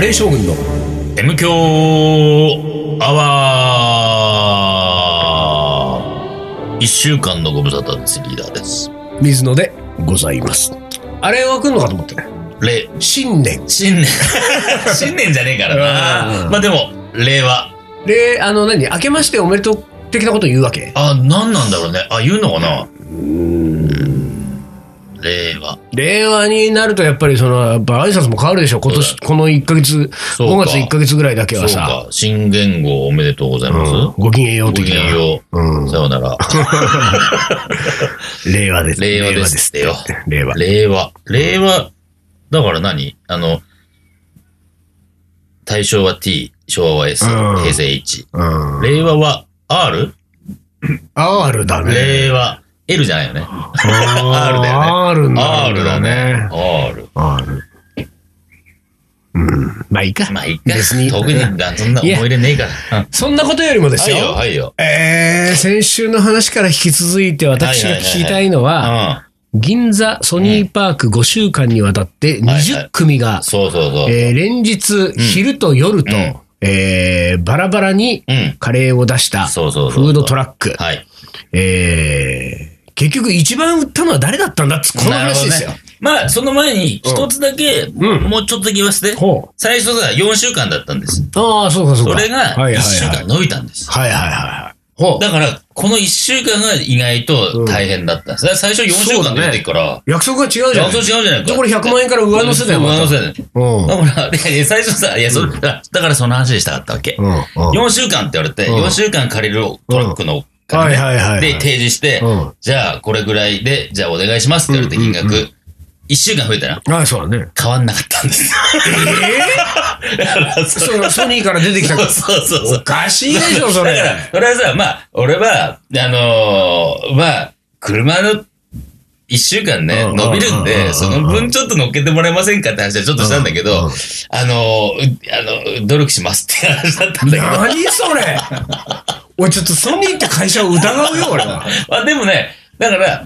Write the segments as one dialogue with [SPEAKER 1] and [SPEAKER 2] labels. [SPEAKER 1] レー将軍の
[SPEAKER 2] M 強アワー一週間のご無沙汰です、リーダーです。
[SPEAKER 1] 水野でございます。あれは来んのかと思ってね。
[SPEAKER 2] れ、
[SPEAKER 1] 新年。
[SPEAKER 2] 新 年、新年じゃねえから
[SPEAKER 1] う
[SPEAKER 2] な。
[SPEAKER 1] ん
[SPEAKER 2] まあでも、令和。
[SPEAKER 1] で、あの何、明けましておめでとう的なこと言うわけ
[SPEAKER 2] あ、何なんだろうね。あ、言うのかな令和。
[SPEAKER 1] 令和になるとやっぱりその、やっぱ挨拶も変わるでしょ。今
[SPEAKER 2] そう
[SPEAKER 1] 年、この1ヶ月、
[SPEAKER 2] そうか
[SPEAKER 1] 5月1ヶ月ぐらいだけ
[SPEAKER 2] そう
[SPEAKER 1] はさ。
[SPEAKER 2] か。新元号おめでとうございます。
[SPEAKER 1] うんごきげんよ
[SPEAKER 2] ご
[SPEAKER 1] う的
[SPEAKER 2] きげん
[SPEAKER 1] な。
[SPEAKER 2] よう。さようなら。
[SPEAKER 1] 令和です。
[SPEAKER 2] 令和ですってよ。
[SPEAKER 1] 令和。
[SPEAKER 2] 令和。令和。だから何あの、大正は T、昭和は S、
[SPEAKER 1] うん
[SPEAKER 2] 平成 H。
[SPEAKER 1] うん。
[SPEAKER 2] 令和は R?
[SPEAKER 1] R だね。
[SPEAKER 2] 令和。L じゃないよね。
[SPEAKER 1] R
[SPEAKER 2] だよね
[SPEAKER 1] R にな
[SPEAKER 2] R
[SPEAKER 1] るん
[SPEAKER 2] だ
[SPEAKER 1] だ
[SPEAKER 2] ね
[SPEAKER 1] ね。。
[SPEAKER 2] R。
[SPEAKER 1] R。うん。まあいいか。
[SPEAKER 2] まあ、一回
[SPEAKER 1] 別に
[SPEAKER 2] 特になそんな思い入れねえから。うん
[SPEAKER 1] そんなことよりもで
[SPEAKER 2] は
[SPEAKER 1] す
[SPEAKER 2] いよ、
[SPEAKER 1] よ。
[SPEAKER 2] はいよ。
[SPEAKER 1] えー、先週の話から引き続いて私が聞きたいの
[SPEAKER 2] う
[SPEAKER 1] は、
[SPEAKER 2] ん。
[SPEAKER 1] 銀座ソニーパーク5週間にわたって20組が、
[SPEAKER 2] そうそうそう。
[SPEAKER 1] えー連日昼と夜と、
[SPEAKER 2] うん
[SPEAKER 1] えーバラバラに
[SPEAKER 2] うん。
[SPEAKER 1] カレーを出したフ
[SPEAKER 2] そうそうそう。
[SPEAKER 1] ードトラック。
[SPEAKER 2] はい。
[SPEAKER 1] えー結局一番売ったのは誰だったんだっつ、この話ですよ。
[SPEAKER 2] なるほどねまあ、その前に、一つだけ、
[SPEAKER 1] ん
[SPEAKER 2] もうちょっとだけ言わせて。
[SPEAKER 1] ほう。
[SPEAKER 2] 最初さ、4週間だったんです。
[SPEAKER 1] ああ、そうかそうか。
[SPEAKER 2] それが
[SPEAKER 1] はいはいはい
[SPEAKER 2] 1週間伸びたんです。
[SPEAKER 1] はいはいはい。ほう。
[SPEAKER 2] だから、この1週間が意外と大変だったんです。だから最初4週間でやってるから、
[SPEAKER 1] 約束が違うじゃん。
[SPEAKER 2] 約束違うじゃないか
[SPEAKER 1] じゃあこれ100万円から上乗せだよ、ま
[SPEAKER 2] 上
[SPEAKER 1] た
[SPEAKER 2] 乗せだよ。
[SPEAKER 1] うん。
[SPEAKER 2] だから、いや最初さ、いや、それ、だからその話でしたかったわけ。
[SPEAKER 1] うん。うん
[SPEAKER 2] 4週間って言われて、
[SPEAKER 1] うん
[SPEAKER 2] 4週間借りるトラックのお金ね
[SPEAKER 1] うんはいはいはいはい
[SPEAKER 2] で、提示して
[SPEAKER 1] うん、
[SPEAKER 2] じゃあ、これぐらいで、じゃあお願いしますって言われて金
[SPEAKER 1] うんう
[SPEAKER 2] 額、1週間増えたら
[SPEAKER 1] ああ、そうだね。
[SPEAKER 2] 変わんなかったん です。だからそ
[SPEAKER 1] そのソニーから出てきた
[SPEAKER 2] う そうそうそう
[SPEAKER 1] お。かしいでしょ、そ
[SPEAKER 2] だか
[SPEAKER 1] れ。
[SPEAKER 2] ら、俺はさ、まあ、俺は、あのーまあ、車の一週間ね、
[SPEAKER 1] うん
[SPEAKER 2] 伸びるん
[SPEAKER 1] うんうんう
[SPEAKER 2] で、
[SPEAKER 1] ん
[SPEAKER 2] その分ちょっと乗っけてもらえませんかって話はちょっとしたんだけ
[SPEAKER 1] うん
[SPEAKER 2] ど、あ
[SPEAKER 1] うん
[SPEAKER 2] のーうあの、努力しますって話だったんだけど、
[SPEAKER 1] 何それ俺ちょっとソニーって会社を疑うよ、俺は。
[SPEAKER 2] まあでもね、だから、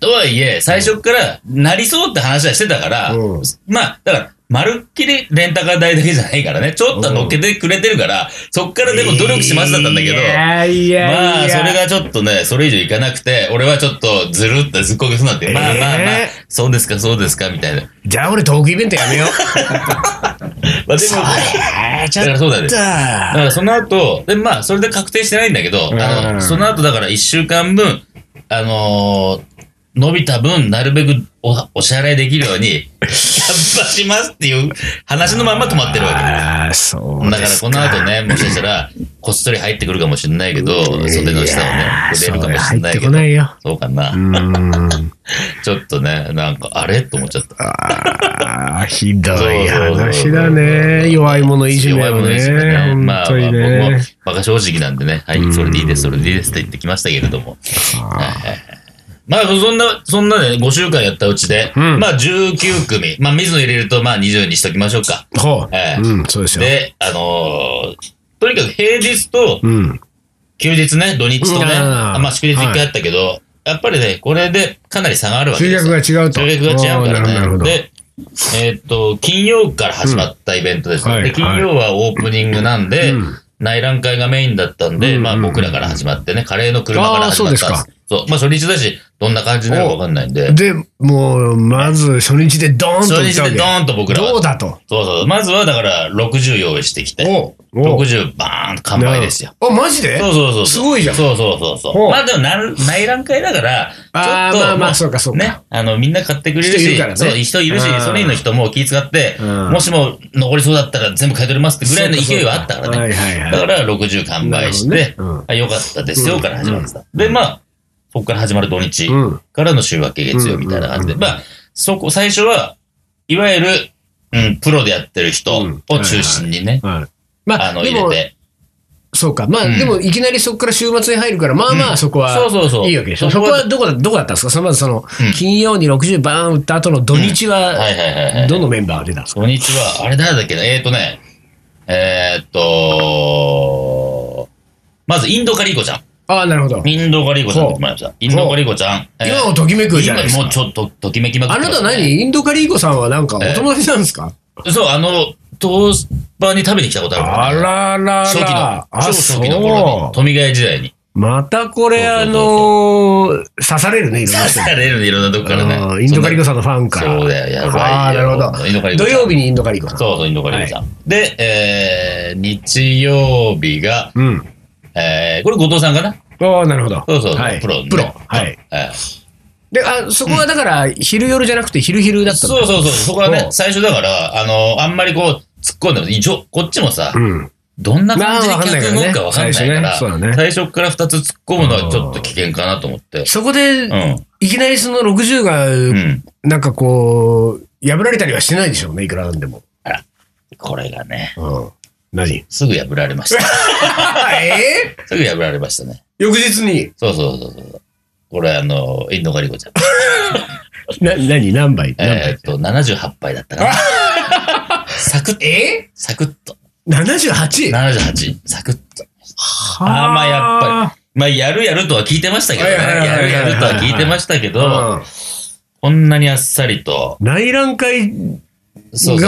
[SPEAKER 2] とはいえ、最初からなりそうって話はしてたから、
[SPEAKER 1] うん
[SPEAKER 2] まあ、だから、まるっきりレンタカー代だけじゃないからね、ちょっとは乗っけてくれてるから、そっからでも努力しますだったんだけど、
[SPEAKER 1] いやいや
[SPEAKER 2] まあ、
[SPEAKER 1] いや
[SPEAKER 2] それがちょっとね、それ以上いかなくて、俺はちょっとずるっとずっこけそうになって、まあまあまあ
[SPEAKER 1] え、
[SPEAKER 2] そうですか、そうですか、みたいな。
[SPEAKER 1] じゃあ俺トークイベントやめよう。
[SPEAKER 2] まあでも、
[SPEAKER 1] えー、ち
[SPEAKER 2] だからそうだ
[SPEAKER 1] だ
[SPEAKER 2] ね。だからその後、で、まあ、それで確定してないんだけど、あ
[SPEAKER 1] うん
[SPEAKER 2] の、その後だから1週間分、あのー伸びた分、なるべくお、お支払いできるように、キャッパしますっていう話のまんま止まってるわけ。
[SPEAKER 1] ああ、そう
[SPEAKER 2] だか
[SPEAKER 1] で
[SPEAKER 2] ら
[SPEAKER 1] す
[SPEAKER 2] この後ね、もしかしたら、こっそり入ってくるかもしれないけど、袖の下をね、出るかもしれな
[SPEAKER 1] いやーそれ入って
[SPEAKER 2] いけ
[SPEAKER 1] こ
[SPEAKER 2] ど。
[SPEAKER 1] ないよ。
[SPEAKER 2] そうかな。
[SPEAKER 1] うーん。
[SPEAKER 2] ちょっとね、なんか、あれと思っちゃった。
[SPEAKER 1] ああ、ひどい
[SPEAKER 2] そうそうそう
[SPEAKER 1] 話だね。弱い者いじめ
[SPEAKER 2] 弱いも
[SPEAKER 1] よ
[SPEAKER 2] のですよ
[SPEAKER 1] ね。
[SPEAKER 2] ね。
[SPEAKER 1] 本
[SPEAKER 2] まあ、
[SPEAKER 1] 当
[SPEAKER 2] まあ
[SPEAKER 1] に
[SPEAKER 2] 僕も
[SPEAKER 1] ね。、
[SPEAKER 2] バカ正直なんでね、はい、それでいいです、それでいいですって言ってきましたけれども。はいはいまあ、そんな、そんなね、5週間やったうちで、
[SPEAKER 1] うん
[SPEAKER 2] まあ、19組。まあ、水野入れると、まあ、20にしときましょうか。
[SPEAKER 1] ほう
[SPEAKER 2] ええ。
[SPEAKER 1] うん、そうですよ。
[SPEAKER 2] で、あのーとにかく平日と
[SPEAKER 1] うん。
[SPEAKER 2] 休日ね、土日とね、
[SPEAKER 1] うん
[SPEAKER 2] あまあ、祝日1回あったけど、やっぱりね、これでかなり差があるわけ
[SPEAKER 1] 集
[SPEAKER 2] ですよ
[SPEAKER 1] 約が違うと。
[SPEAKER 2] 条約が違うか
[SPEAKER 1] おーなる
[SPEAKER 2] ら
[SPEAKER 1] ほ
[SPEAKER 2] ね。
[SPEAKER 1] ど。
[SPEAKER 2] で、えーっと、金曜から始まったイベントですね。
[SPEAKER 1] うんはい
[SPEAKER 2] で、金曜はオープニングなんで、
[SPEAKER 1] うん
[SPEAKER 2] 内覧会がメインだったんで、
[SPEAKER 1] うん
[SPEAKER 2] まあ
[SPEAKER 1] うん
[SPEAKER 2] 僕らから始まってね、カレーの車か
[SPEAKER 1] あ
[SPEAKER 2] ら
[SPEAKER 1] ー
[SPEAKER 2] 始
[SPEAKER 1] そう
[SPEAKER 2] まっ
[SPEAKER 1] です
[SPEAKER 2] た
[SPEAKER 1] か
[SPEAKER 2] んです。そうまあ初日だし、どんな感じになるかわかんないんで、
[SPEAKER 1] で、もう、まず初日でドーン
[SPEAKER 2] 初
[SPEAKER 1] と
[SPEAKER 2] 日でド
[SPEAKER 1] ン
[SPEAKER 2] ーンと僕らは
[SPEAKER 1] どうだと。
[SPEAKER 2] そうそう。まずはだから60用意してきて、
[SPEAKER 1] おうおう
[SPEAKER 2] 60バーン完売ですよ。。
[SPEAKER 1] あ、マジで
[SPEAKER 2] そうそうそう。
[SPEAKER 1] すごいじゃん
[SPEAKER 2] そうそうそうそう。
[SPEAKER 1] ほう
[SPEAKER 2] まあでもなる、内覧会だから、
[SPEAKER 1] あー
[SPEAKER 2] ちょっと、
[SPEAKER 1] まあまあそうかそうか
[SPEAKER 2] ね、あの、みんな買ってくれる
[SPEAKER 1] 人い
[SPEAKER 2] し、
[SPEAKER 1] るからね
[SPEAKER 2] そう、人いるし
[SPEAKER 1] う、ん
[SPEAKER 2] ソニーの人も気遣って、
[SPEAKER 1] うん
[SPEAKER 2] もしも残りそうだったら全部買い取りますってぐらいの勢いはあったからね。
[SPEAKER 1] はいはいはい。
[SPEAKER 2] だから60完売して、
[SPEAKER 1] なるほどね
[SPEAKER 2] あよかったですよから始まってた。で、まあ、そこから始まる土日
[SPEAKER 1] うん
[SPEAKER 2] からの週明け月曜みたいな感じで、
[SPEAKER 1] うん
[SPEAKER 2] まあ、そこ、最初は、いわゆる、うん、プロでやってる人を中心にね、
[SPEAKER 1] はいま
[SPEAKER 2] あ
[SPEAKER 1] あ、
[SPEAKER 2] の、
[SPEAKER 1] で
[SPEAKER 2] 入れ
[SPEAKER 1] も、
[SPEAKER 2] て。
[SPEAKER 1] そうか。まあ、
[SPEAKER 2] うん
[SPEAKER 1] でも、いきなりそこから週末に入るから、まあま
[SPEAKER 2] う
[SPEAKER 1] あ、
[SPEAKER 2] ん
[SPEAKER 1] そこは、
[SPEAKER 2] そうそうそう
[SPEAKER 1] いいわけでしょ。
[SPEAKER 2] そ
[SPEAKER 1] そ
[SPEAKER 2] こ
[SPEAKER 1] こ
[SPEAKER 2] は
[SPEAKER 1] はどこだ、どこだったんですかそのまずその
[SPEAKER 2] うん、
[SPEAKER 1] 金曜に60バーン打った後の土日
[SPEAKER 2] は
[SPEAKER 1] は、
[SPEAKER 2] いはいはいはい。
[SPEAKER 1] どのメンバーが出たんですか
[SPEAKER 2] 土日は、あれ誰だっけなえーとね、えーっと、まずインドカリーコちゃん。
[SPEAKER 1] ああ、なるほど。
[SPEAKER 2] インドカリーコちゃんって言ってもらいました。インドカリーコちゃん。えー
[SPEAKER 1] 今をときめくじゃないです
[SPEAKER 2] 今
[SPEAKER 1] か
[SPEAKER 2] もう。ちょっとときめきまくっ
[SPEAKER 1] あ
[SPEAKER 2] て
[SPEAKER 1] な
[SPEAKER 2] ます
[SPEAKER 1] た
[SPEAKER 2] ね
[SPEAKER 1] 何インドカリーコさんはなんかお友達なんですか、
[SPEAKER 2] そう、あの、東場に食べに来たことあるから
[SPEAKER 1] あ
[SPEAKER 2] ね、
[SPEAKER 1] らら
[SPEAKER 2] 初期の
[SPEAKER 1] ら。、
[SPEAKER 2] 超初期の頃に、
[SPEAKER 1] そう。
[SPEAKER 2] 富ヶ谷時代に。
[SPEAKER 1] またこれ、あ
[SPEAKER 2] そうそう
[SPEAKER 1] のー刺されるね、いろんな
[SPEAKER 2] 刺
[SPEAKER 1] 人
[SPEAKER 2] されるね、いろんなとこから
[SPEAKER 1] うん
[SPEAKER 2] ね。
[SPEAKER 1] インドカリコ
[SPEAKER 2] さ
[SPEAKER 1] さんのファンから。
[SPEAKER 2] そうだよ、やばいよ。
[SPEAKER 1] ああ、なるほど。
[SPEAKER 2] インドカリコ
[SPEAKER 1] 土
[SPEAKER 2] さん
[SPEAKER 1] 曜日にインドカリコさん。
[SPEAKER 2] そうそう、インドカリコさん。で、えー、日曜日が、
[SPEAKER 1] うん。
[SPEAKER 2] えー、これ後藤さんかな
[SPEAKER 1] ああ、なるほど。
[SPEAKER 2] そうそうそう
[SPEAKER 1] はい、
[SPEAKER 2] プロのね
[SPEAKER 1] プロ。はい。
[SPEAKER 2] えー
[SPEAKER 1] で、あ、そこはだから、昼夜じゃなくて昼昼だったんだ
[SPEAKER 2] そうそうそう。そこはね
[SPEAKER 1] う、ん
[SPEAKER 2] 最初だから、あの、あんまりこう、突っ込んでも、一応、こっちもさ、
[SPEAKER 1] うん。
[SPEAKER 2] どんな感じで客動くか
[SPEAKER 1] まあわか
[SPEAKER 2] わか
[SPEAKER 1] ん
[SPEAKER 2] ん
[SPEAKER 1] な
[SPEAKER 2] ないい
[SPEAKER 1] か
[SPEAKER 2] から
[SPEAKER 1] ね
[SPEAKER 2] ら、
[SPEAKER 1] 最初ねそうだね
[SPEAKER 2] 最初から2つ突っ込むのはちょっと危険かなと思って。
[SPEAKER 1] そこで、
[SPEAKER 2] うん。
[SPEAKER 1] いきなりその60
[SPEAKER 2] う
[SPEAKER 1] が、
[SPEAKER 2] ん。
[SPEAKER 1] なんかこう、破られたりはしてないでしょうね、いくらなんでも。
[SPEAKER 2] これがね、
[SPEAKER 1] うん。何
[SPEAKER 2] すぐ破られました。
[SPEAKER 1] え
[SPEAKER 2] すぐ破られましたね。
[SPEAKER 1] 翌日に。
[SPEAKER 2] そうそうそうそう。これ、あの、インドガリコちゃん。
[SPEAKER 1] な、何何杯
[SPEAKER 2] えーっと、78杯だったかな。サクッと。
[SPEAKER 1] え
[SPEAKER 2] サクッと。
[SPEAKER 1] ?78?
[SPEAKER 2] 78。サクッと。
[SPEAKER 1] は
[SPEAKER 2] あーまあやっぱまあ、やるやるとは聞いてましたけどね。
[SPEAKER 1] はいはいはい
[SPEAKER 2] や
[SPEAKER 1] はい
[SPEAKER 2] るやるとは聞いてましたけど、
[SPEAKER 1] うん
[SPEAKER 2] こんなにあっさりと。
[SPEAKER 1] 内覧会、が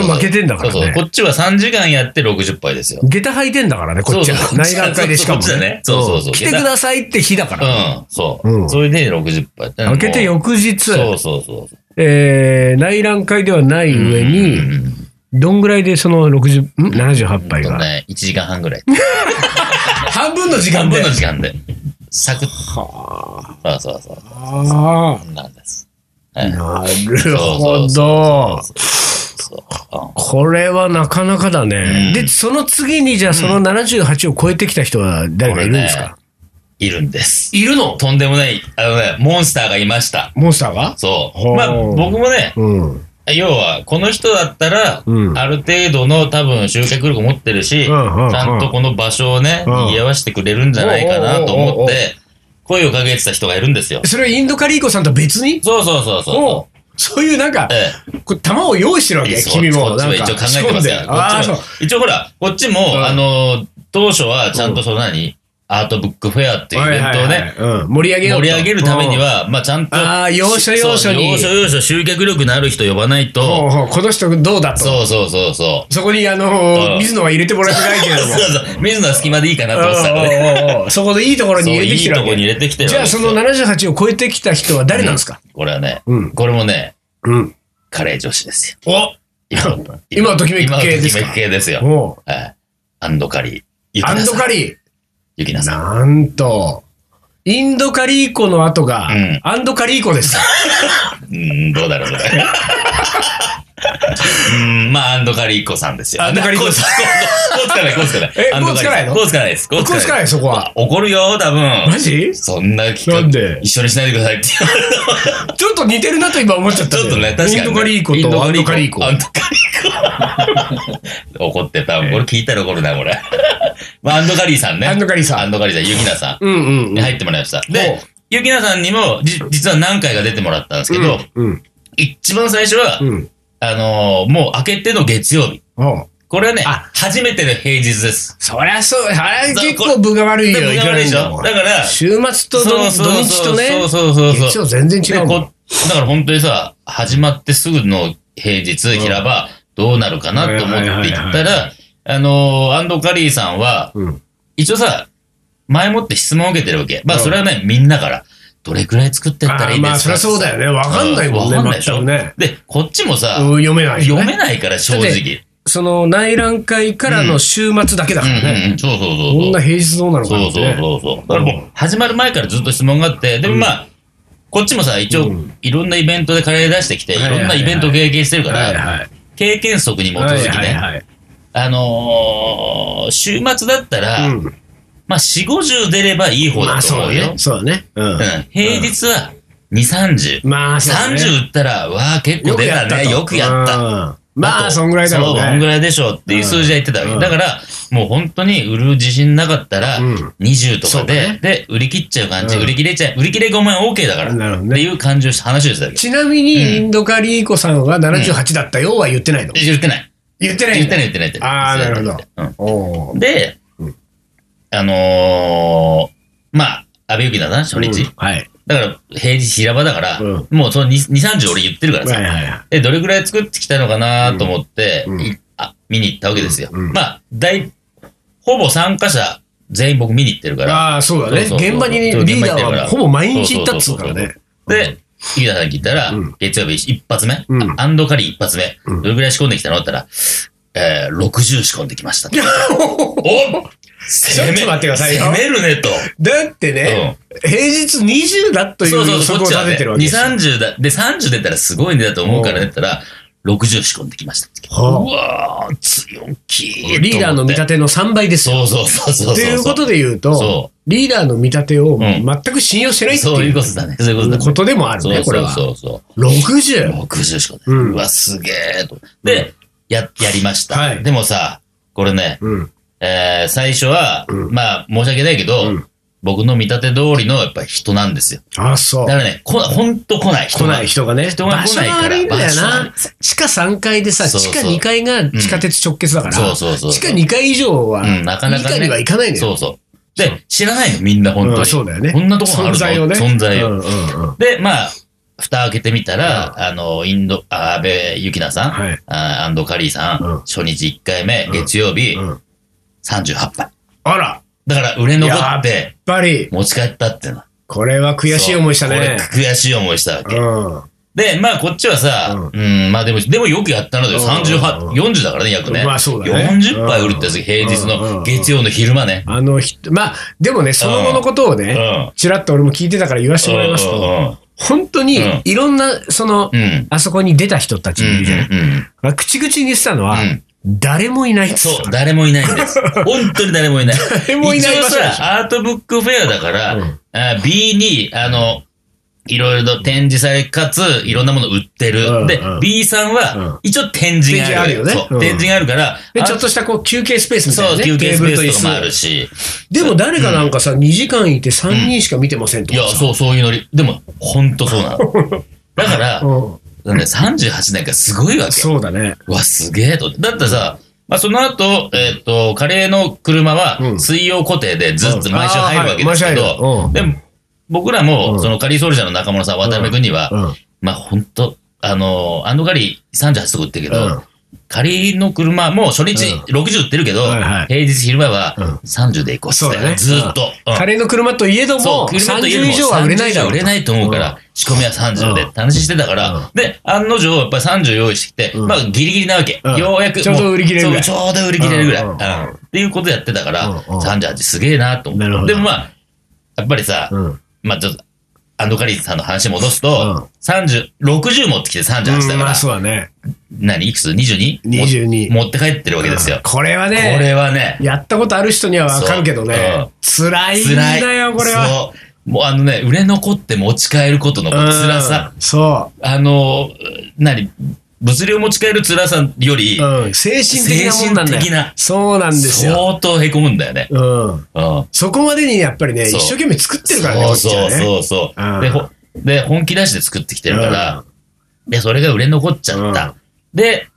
[SPEAKER 1] 負けてんだからね
[SPEAKER 2] そうそう。こっちは3時間やって60杯ですよ。
[SPEAKER 1] 下駄履いてんだからね、こっち
[SPEAKER 2] そう
[SPEAKER 1] は。
[SPEAKER 2] そう
[SPEAKER 1] 内覧会でしかも
[SPEAKER 2] こっちはねそうそうそうん
[SPEAKER 1] 来てくださいって日だか
[SPEAKER 2] う
[SPEAKER 1] ら。
[SPEAKER 2] ん、そう。
[SPEAKER 1] うん
[SPEAKER 2] それで60杯。開
[SPEAKER 1] 開けて翌日、
[SPEAKER 2] そうそうそう。
[SPEAKER 1] えー内覧会ではない上
[SPEAKER 2] う
[SPEAKER 1] に、
[SPEAKER 2] ん
[SPEAKER 1] どんぐらいでその60、ん ?78
[SPEAKER 2] ほん
[SPEAKER 1] 杯
[SPEAKER 2] と
[SPEAKER 1] が。
[SPEAKER 2] ね、1時間半ぐらい。
[SPEAKER 1] 半分の時
[SPEAKER 2] 半分の時間で。サクッ。そうそうそう。
[SPEAKER 1] あ
[SPEAKER 2] こんなんです。
[SPEAKER 1] あ、
[SPEAKER 2] はい
[SPEAKER 1] なる
[SPEAKER 2] そ
[SPEAKER 1] ほ
[SPEAKER 2] う
[SPEAKER 1] ど。
[SPEAKER 2] そううん
[SPEAKER 1] これはなかなかだね。
[SPEAKER 2] うん
[SPEAKER 1] で、その次に、じゃあその78を超えてきた人は誰かいるんですか、
[SPEAKER 2] いるんです。
[SPEAKER 1] いるの
[SPEAKER 2] とんでもない、あのね、モンスターがいました。
[SPEAKER 1] モンスターが
[SPEAKER 2] そ
[SPEAKER 1] ほう
[SPEAKER 2] う。まあ、僕もね、
[SPEAKER 1] うん。
[SPEAKER 2] 要は、この人だったら、
[SPEAKER 1] うん
[SPEAKER 2] ある程度の多分集客力持ってるし、ち
[SPEAKER 1] うんうんうん
[SPEAKER 2] ゃんとこの場所をね、
[SPEAKER 1] うん
[SPEAKER 2] 賑わしてくれるんじゃないかな
[SPEAKER 1] お
[SPEAKER 2] と
[SPEAKER 1] うおうおうお
[SPEAKER 2] 思
[SPEAKER 1] う
[SPEAKER 2] って、声をかけてた人がいるんですよ。
[SPEAKER 1] それはインドカリーコさんと別に
[SPEAKER 2] そうそうそう
[SPEAKER 1] おう
[SPEAKER 2] そ
[SPEAKER 1] そういうなんか
[SPEAKER 2] う。、え
[SPEAKER 1] こう弾を用意してるわけ
[SPEAKER 2] え
[SPEAKER 1] 君
[SPEAKER 2] そう
[SPEAKER 1] も。
[SPEAKER 2] こっち
[SPEAKER 1] な
[SPEAKER 2] も
[SPEAKER 1] ん
[SPEAKER 2] 一
[SPEAKER 1] か
[SPEAKER 2] 応考えてますか
[SPEAKER 1] 仕込んで
[SPEAKER 2] ら。
[SPEAKER 1] ああ、
[SPEAKER 2] こ
[SPEAKER 1] そ
[SPEAKER 2] っ
[SPEAKER 1] う
[SPEAKER 2] ちも。一応ほら、こっちも、
[SPEAKER 1] ん
[SPEAKER 2] あの、当初はちゃんとその何、アートブックフェアっていうイベントをね、
[SPEAKER 1] はいはいはいうん盛り上げよう
[SPEAKER 2] 盛
[SPEAKER 1] と
[SPEAKER 2] り上げるためには、まあちゃんと。
[SPEAKER 1] あー要所要所に
[SPEAKER 2] そう要所要所集客力のある人呼ばない
[SPEAKER 1] うんほう
[SPEAKER 2] と。
[SPEAKER 1] ほうこの人どうだと
[SPEAKER 2] そうそうそうそ
[SPEAKER 1] そこにあの
[SPEAKER 2] う
[SPEAKER 1] ー
[SPEAKER 2] ん
[SPEAKER 1] 水野は入れてもらってないけれ
[SPEAKER 2] う。
[SPEAKER 1] ど
[SPEAKER 2] そう
[SPEAKER 1] も
[SPEAKER 2] そう。水野は隙間でいいかなと思ってたからね。
[SPEAKER 1] おうおうお うおうそこのいいところ
[SPEAKER 2] そう
[SPEAKER 1] に入れて
[SPEAKER 2] い
[SPEAKER 1] き
[SPEAKER 2] い
[SPEAKER 1] てる
[SPEAKER 2] と
[SPEAKER 1] わ
[SPEAKER 2] こに入
[SPEAKER 1] け
[SPEAKER 2] れてきてる
[SPEAKER 1] じゃあその
[SPEAKER 2] な
[SPEAKER 1] 78を超えてきた人は誰なんですか
[SPEAKER 2] これはね、
[SPEAKER 1] うん
[SPEAKER 2] これもね、
[SPEAKER 1] うん。
[SPEAKER 2] カレー女子ですよ。
[SPEAKER 1] お今をときめく系ですか
[SPEAKER 2] 今をときめく系ですよ。
[SPEAKER 1] おう
[SPEAKER 2] はい。アンドカリー。ゆき
[SPEAKER 1] ア
[SPEAKER 2] な
[SPEAKER 1] ンド
[SPEAKER 2] さん。
[SPEAKER 1] カリ
[SPEAKER 2] ゆきな
[SPEAKER 1] ー。
[SPEAKER 2] さん。
[SPEAKER 1] なんと、インドカリーコの後が
[SPEAKER 2] うん、
[SPEAKER 1] アンドカリーコです。
[SPEAKER 2] うーん、どうだろう、それ。うーん、まあ、アンドカリーコさんですよ。
[SPEAKER 1] アンドカリーコ
[SPEAKER 2] さん。こうつかない、こうつかない。
[SPEAKER 1] え
[SPEAKER 2] アンドカリー
[SPEAKER 1] こ
[SPEAKER 2] こ
[SPEAKER 1] う
[SPEAKER 2] うつかないです。こ
[SPEAKER 1] こうつかないそこは。
[SPEAKER 2] 怒るよ、多
[SPEAKER 1] マ
[SPEAKER 2] 分。
[SPEAKER 1] ジち
[SPEAKER 2] そんな企画
[SPEAKER 1] なんで
[SPEAKER 2] 一緒にしないでくださいって言われたの
[SPEAKER 1] ょっと似てるなと今思っちゃった。
[SPEAKER 2] ちょっとね、確かにね。
[SPEAKER 1] インドカリーコ
[SPEAKER 2] イ
[SPEAKER 1] とアンドカリーコ。
[SPEAKER 2] アンドカリーコ。怒ってた。これ聞いたら怒るな、これ。 まあ、アンドカリーさんね。
[SPEAKER 1] アンドカリーさん
[SPEAKER 2] アンドカリーさん、ゆきなさん
[SPEAKER 1] うんうん
[SPEAKER 2] に入ってもらいました。
[SPEAKER 1] ほう
[SPEAKER 2] で、ゆきなさんにも、じ実は何回か出てもらったんですけど、
[SPEAKER 1] うん。
[SPEAKER 2] 一番最初は、
[SPEAKER 1] うん。
[SPEAKER 2] あのーもう明けての月曜日。
[SPEAKER 1] おう
[SPEAKER 2] これはね、
[SPEAKER 1] あ
[SPEAKER 2] 初めての平日です。
[SPEAKER 1] そりゃそう、あれ
[SPEAKER 2] そう
[SPEAKER 1] 結構分が悪い
[SPEAKER 2] で
[SPEAKER 1] よ。
[SPEAKER 2] もいかがでしょ
[SPEAKER 1] いく
[SPEAKER 2] だ
[SPEAKER 1] らなんも
[SPEAKER 2] から、
[SPEAKER 1] 週末と土土日とね
[SPEAKER 2] そう、そうそうそう
[SPEAKER 1] 月
[SPEAKER 2] そ
[SPEAKER 1] 曜
[SPEAKER 2] う。
[SPEAKER 1] 全然違
[SPEAKER 2] で
[SPEAKER 1] うもん。
[SPEAKER 2] こだから本当にさ、始まってすぐの平日、平場、どうなるかなと思って行
[SPEAKER 1] は
[SPEAKER 2] っ
[SPEAKER 1] いはいはい
[SPEAKER 2] たら、あのーアンドカリーさんは、
[SPEAKER 1] うん
[SPEAKER 2] 一応さ、前もって質問を受けてるわけ。まあ、
[SPEAKER 1] うん
[SPEAKER 2] それはね、みんなから、どれくらい作ってったらいいです
[SPEAKER 1] あー
[SPEAKER 2] か
[SPEAKER 1] まあそりゃそうだよねわかんないもんね
[SPEAKER 2] うわかんないでし
[SPEAKER 1] 全
[SPEAKER 2] ょ。
[SPEAKER 1] くね
[SPEAKER 2] で、こっちもさ、
[SPEAKER 1] うん読めないよ
[SPEAKER 2] 読
[SPEAKER 1] ね
[SPEAKER 2] めないから、正
[SPEAKER 1] だっ
[SPEAKER 2] 直
[SPEAKER 1] て。その内覧会からの週末だけだ
[SPEAKER 2] う
[SPEAKER 1] か
[SPEAKER 2] ん
[SPEAKER 1] ら
[SPEAKER 2] うんう
[SPEAKER 1] ね。
[SPEAKER 2] ん、そうそうそう
[SPEAKER 1] こ
[SPEAKER 2] そ
[SPEAKER 1] ん
[SPEAKER 2] う
[SPEAKER 1] な。平日どうなのか
[SPEAKER 2] そう
[SPEAKER 1] って
[SPEAKER 2] そう
[SPEAKER 1] ね。
[SPEAKER 2] そうそう。だからもう、始まる前からずっと質問があって、でもまあ、こっちもさ、一応、いろんなイベントでカレー出してきて、い
[SPEAKER 1] はいはい
[SPEAKER 2] ろんなイベントを経験してるか
[SPEAKER 1] はい
[SPEAKER 2] ら、
[SPEAKER 1] はい。
[SPEAKER 2] 経験則に基
[SPEAKER 1] はい
[SPEAKER 2] づき
[SPEAKER 1] はい
[SPEAKER 2] ね、
[SPEAKER 1] はい。
[SPEAKER 2] あのー、週末だったら、
[SPEAKER 1] うん
[SPEAKER 2] まあ、4、50出ればいい方
[SPEAKER 1] ま
[SPEAKER 2] だ
[SPEAKER 1] あ
[SPEAKER 2] と
[SPEAKER 1] そう
[SPEAKER 2] 思
[SPEAKER 1] だ
[SPEAKER 2] うよ
[SPEAKER 1] ね。。そうだね。うん
[SPEAKER 2] うん平日は2、30。
[SPEAKER 1] まあそうだね。
[SPEAKER 2] 30打ったら、わあ、結構出たね。よくやった。
[SPEAKER 1] た。ま
[SPEAKER 2] あ
[SPEAKER 1] あ
[SPEAKER 2] と
[SPEAKER 1] そんぐらいだろう
[SPEAKER 2] そう、そんぐ
[SPEAKER 1] ね。
[SPEAKER 2] らいでしょうっていう数字は言ってたわけ。
[SPEAKER 1] うん
[SPEAKER 2] だから、もう本当に売る自信なかったら、
[SPEAKER 1] うん
[SPEAKER 2] 20と
[SPEAKER 1] そう
[SPEAKER 2] か
[SPEAKER 1] だ
[SPEAKER 2] で、
[SPEAKER 1] ね
[SPEAKER 2] で、売り切っちゃう感じ、
[SPEAKER 1] うん
[SPEAKER 2] 売り切れちゃう、売り切れごめん OK だから、
[SPEAKER 1] なるほど
[SPEAKER 2] って
[SPEAKER 1] ね。
[SPEAKER 2] いう感じをし話をしてたわけ。
[SPEAKER 1] ちなみにインドカリーコさんは78だったよは言ってないの
[SPEAKER 2] 言ってない。
[SPEAKER 1] 言ってない
[SPEAKER 2] 言
[SPEAKER 1] ん
[SPEAKER 2] って
[SPEAKER 1] だ
[SPEAKER 2] ない言ってない言ってない。
[SPEAKER 1] あーなるほどお
[SPEAKER 2] うん
[SPEAKER 1] ー
[SPEAKER 2] で、
[SPEAKER 1] うん
[SPEAKER 2] あのー、まあ、安倍ゆきだな、初日。
[SPEAKER 1] うんはい。
[SPEAKER 2] だから、平日平場だから、
[SPEAKER 1] うん
[SPEAKER 2] もうその2、2 30俺言ってるから
[SPEAKER 1] はい
[SPEAKER 2] さ、
[SPEAKER 1] はいはい。
[SPEAKER 2] で、どれぐらい作ってきたのかなと思って、
[SPEAKER 1] うんうん
[SPEAKER 2] いあ見に行ったわけですよ。
[SPEAKER 1] うんうん
[SPEAKER 2] まあ、大、ほぼ参加者全員僕見に行ってるから。
[SPEAKER 1] ああ、そうだね。
[SPEAKER 2] そうそうそう
[SPEAKER 1] 現場にリーダーはほぼ毎日行ったっつうからね。
[SPEAKER 2] で、日田さんに聞いたら、
[SPEAKER 1] うん
[SPEAKER 2] 月曜日一発目、
[SPEAKER 1] うん
[SPEAKER 2] あアンドカリー一発目、
[SPEAKER 1] うん
[SPEAKER 2] どれぐらい仕込んできたのって言ったら、えー、60仕込んできましたと。お
[SPEAKER 1] ょっ
[SPEAKER 2] 攻
[SPEAKER 1] と
[SPEAKER 2] め
[SPEAKER 1] 待ってくださいよ
[SPEAKER 2] 攻めるねと。
[SPEAKER 1] だってね、平日20だとい
[SPEAKER 2] そう
[SPEAKER 1] う
[SPEAKER 2] そう
[SPEAKER 1] 予
[SPEAKER 2] そう、
[SPEAKER 1] 測
[SPEAKER 2] こ
[SPEAKER 1] を
[SPEAKER 2] っちは
[SPEAKER 1] 立
[SPEAKER 2] ね、
[SPEAKER 1] ててるわ
[SPEAKER 2] 2、
[SPEAKER 1] けですよ。
[SPEAKER 2] 30だ。で、30出たらすごいねだと思うからねだったら、60仕込んできましたって。う
[SPEAKER 1] は
[SPEAKER 2] わー、強気と思
[SPEAKER 1] あ
[SPEAKER 2] って
[SPEAKER 1] リーダーの見立ての3倍ですよ。
[SPEAKER 2] そうそうそうそうそう。
[SPEAKER 1] ということで言うと
[SPEAKER 2] そ、
[SPEAKER 1] リーダーの見立てを
[SPEAKER 2] ん
[SPEAKER 1] 全く信用してないって
[SPEAKER 2] そう
[SPEAKER 1] い
[SPEAKER 2] い
[SPEAKER 1] うう
[SPEAKER 2] ことだね。そういうことだね。
[SPEAKER 1] ことでもある
[SPEAKER 2] そう
[SPEAKER 1] ね、これは。
[SPEAKER 2] そうそうそう。
[SPEAKER 1] 60?
[SPEAKER 2] 60しかない。
[SPEAKER 1] うん
[SPEAKER 2] うわ、すげえと。で、や、やりました。
[SPEAKER 1] はい
[SPEAKER 2] でもさ、これね、
[SPEAKER 1] うん。
[SPEAKER 2] えー最初は、
[SPEAKER 1] うん
[SPEAKER 2] まあ、申し訳ないけ
[SPEAKER 1] う
[SPEAKER 2] ど、
[SPEAKER 1] ん
[SPEAKER 2] 僕の見立て通りの、やっぱ人なんですよ。
[SPEAKER 1] あ、そう
[SPEAKER 2] だか。らね、こほんと来ない人
[SPEAKER 1] 来
[SPEAKER 2] が
[SPEAKER 1] ない人がね。
[SPEAKER 2] 人が来ないから
[SPEAKER 1] 場所が悪いんだよ
[SPEAKER 2] 場所が悪
[SPEAKER 1] な。地下3階でさ、
[SPEAKER 2] そうそう
[SPEAKER 1] 地下2階が地下鉄直結だから、
[SPEAKER 2] そうそうそう。
[SPEAKER 1] 地下2階以上は、
[SPEAKER 2] うん、なかなか
[SPEAKER 1] 以下
[SPEAKER 2] ね。
[SPEAKER 1] には行かないのよ。
[SPEAKER 2] そうそう。で、知らないの、みんな、本当に。
[SPEAKER 1] うんそうだよね。
[SPEAKER 2] こんなところあ
[SPEAKER 1] 存
[SPEAKER 2] るの
[SPEAKER 1] 在をね。
[SPEAKER 2] 存在を
[SPEAKER 1] うんうんうん
[SPEAKER 2] で、まあ、蓋開けてみたら、あの、インド、あ安倍ゆきなさん、
[SPEAKER 1] はい
[SPEAKER 2] あアンドカリーさん、
[SPEAKER 1] うん
[SPEAKER 2] 初日1回目、月曜日、
[SPEAKER 1] うん
[SPEAKER 2] 38杯。
[SPEAKER 1] あら、やっ
[SPEAKER 2] だから、売れ残って、
[SPEAKER 1] ぱり、
[SPEAKER 2] 持ち帰ったっていうの。
[SPEAKER 1] これは悔しい思いしたね。
[SPEAKER 2] そうこれ悔しい思いしたわ
[SPEAKER 1] うん。
[SPEAKER 2] け。で、まあ、こっちはさ、
[SPEAKER 1] う
[SPEAKER 2] うん、まあでも、でもよくやったのだよ。
[SPEAKER 1] うん
[SPEAKER 2] 38、
[SPEAKER 1] うん
[SPEAKER 2] 40だからね、約ね。
[SPEAKER 1] まあそうだね
[SPEAKER 2] 40杯売るってやつ、平日
[SPEAKER 1] うんうん
[SPEAKER 2] の月曜の昼間ね。
[SPEAKER 1] あの人、まあ、でもね、その後のことを
[SPEAKER 2] うん。
[SPEAKER 1] ね、ちらっと俺も聞いてたから言わせてもらいますと、本当に
[SPEAKER 2] うん
[SPEAKER 1] いろんな、その
[SPEAKER 2] うん。う、ん。
[SPEAKER 1] あそこに出た人たち
[SPEAKER 2] うん。
[SPEAKER 1] いるじゃない
[SPEAKER 2] うんうん。
[SPEAKER 1] まあ口々に言ってたのは
[SPEAKER 2] うん、
[SPEAKER 1] 誰もいないっつっ
[SPEAKER 2] そ
[SPEAKER 1] て
[SPEAKER 2] う、誰もいない んです。本当に誰もいない。
[SPEAKER 1] 誰もいない
[SPEAKER 2] 一応
[SPEAKER 1] 場所でしょ
[SPEAKER 2] さ、アートブックフェアだから、
[SPEAKER 1] うん
[SPEAKER 2] あ B に、あの、いろいろと展示され、かつ、いろんなもの売ってる。
[SPEAKER 1] うん
[SPEAKER 2] で、
[SPEAKER 1] うん
[SPEAKER 2] B さん
[SPEAKER 1] うん
[SPEAKER 2] は、一応展示が
[SPEAKER 1] 展示
[SPEAKER 2] ある。
[SPEAKER 1] あるよね
[SPEAKER 2] そう
[SPEAKER 1] うん
[SPEAKER 2] 展示があるから、
[SPEAKER 1] で
[SPEAKER 2] あ
[SPEAKER 1] ちょっとしたこう休憩スペースみたい
[SPEAKER 2] そ
[SPEAKER 1] な
[SPEAKER 2] う、
[SPEAKER 1] ね。
[SPEAKER 2] 休憩スペ
[SPEAKER 1] テーブ
[SPEAKER 2] ー
[SPEAKER 1] ル
[SPEAKER 2] スとかもある
[SPEAKER 1] 椅子
[SPEAKER 2] し。
[SPEAKER 1] でも誰かなんかさ、2時間いて3人しか見てませんと
[SPEAKER 2] い
[SPEAKER 1] か
[SPEAKER 2] や、
[SPEAKER 1] さ。
[SPEAKER 2] そう、そういうノリ。でも、ほんとそう なの。だから、
[SPEAKER 1] うん
[SPEAKER 2] なんで38年間すごいわけ。
[SPEAKER 1] そうだね。
[SPEAKER 2] うわ、すげえと。だってさ、まあ、その後、えっ、と、カレーの車
[SPEAKER 1] う
[SPEAKER 2] は、
[SPEAKER 1] ん
[SPEAKER 2] 水曜固定でずっと
[SPEAKER 1] うん
[SPEAKER 2] 毎週入るわけです
[SPEAKER 1] あ
[SPEAKER 2] け
[SPEAKER 1] ー
[SPEAKER 2] ど、
[SPEAKER 1] はい毎週入る
[SPEAKER 2] でも、僕ら
[SPEAKER 1] う
[SPEAKER 2] も、
[SPEAKER 1] ん
[SPEAKER 2] そのカリーソルジャーの中村さん、渡辺君には、
[SPEAKER 1] うん。
[SPEAKER 2] まあ、ほんと、あのーアンドカリー38とか売ってるけど、
[SPEAKER 1] うん
[SPEAKER 2] カリーの車、もう初日
[SPEAKER 1] うん
[SPEAKER 2] 60売ってるけど、
[SPEAKER 1] はいはい
[SPEAKER 2] 平日昼間
[SPEAKER 1] うん
[SPEAKER 2] は30で行こうっつ
[SPEAKER 1] そう
[SPEAKER 2] って、
[SPEAKER 1] だね。
[SPEAKER 2] ずーっと。うん
[SPEAKER 1] カレーの車といえど
[SPEAKER 2] そ
[SPEAKER 1] も、
[SPEAKER 2] う、車と
[SPEAKER 1] 30
[SPEAKER 2] いえども
[SPEAKER 1] 以上は売れないだろ
[SPEAKER 2] 30
[SPEAKER 1] う
[SPEAKER 2] 売れないと思うから、仕込みは30
[SPEAKER 1] う
[SPEAKER 2] で、楽しみしてたから、で、案の定、やっぱり30用意してきて、
[SPEAKER 1] うん
[SPEAKER 2] まあ、ギリギリなわけ。
[SPEAKER 1] うん
[SPEAKER 2] ようやくも。
[SPEAKER 1] ちょうど売り切れるぐらい
[SPEAKER 2] そうちょうど売り切れるぐらい。
[SPEAKER 1] う
[SPEAKER 2] うんんっていうことやってたか
[SPEAKER 1] うん
[SPEAKER 2] ら、
[SPEAKER 1] うん
[SPEAKER 2] 38すげえなと
[SPEAKER 1] なるほど
[SPEAKER 2] 思って。でもまあ、やっぱりさ
[SPEAKER 1] う、ん。
[SPEAKER 2] まあちょっと、アンドカリーさんの話戻す
[SPEAKER 1] うん
[SPEAKER 2] と、30、60持ってきて38だ
[SPEAKER 1] まあ
[SPEAKER 2] から、
[SPEAKER 1] そうだね。
[SPEAKER 2] 何いくつ ?22?
[SPEAKER 1] 22
[SPEAKER 2] 持って帰ってるわけですよ。こ
[SPEAKER 1] これはね、
[SPEAKER 2] れはね、
[SPEAKER 1] やったことある人にはわかるけどね、辛いん
[SPEAKER 2] 辛い。
[SPEAKER 1] だよ、これは。
[SPEAKER 2] そう。もうあのね、売れ残って持ち帰ることの
[SPEAKER 1] うん
[SPEAKER 2] 辛さ。。
[SPEAKER 1] そ
[SPEAKER 2] あの、何物流を持ち帰る辛さより
[SPEAKER 1] う。、うん。精神的なもんなんだよ。
[SPEAKER 2] 精神的な
[SPEAKER 1] そうなんですよ。
[SPEAKER 2] 相当へこむんだよね。
[SPEAKER 1] うん。
[SPEAKER 2] うん。
[SPEAKER 1] そこまでにやっぱりね、
[SPEAKER 2] そ
[SPEAKER 1] 一
[SPEAKER 2] う
[SPEAKER 1] 生懸命作ってるからね、
[SPEAKER 2] そう
[SPEAKER 1] こ
[SPEAKER 2] そ
[SPEAKER 1] っ
[SPEAKER 2] う
[SPEAKER 1] ちはね。
[SPEAKER 2] そうそう、
[SPEAKER 1] うん
[SPEAKER 2] でほ。で、本気出して作ってきてるから、で、それが売れ残っちゃった。
[SPEAKER 1] うん
[SPEAKER 2] で、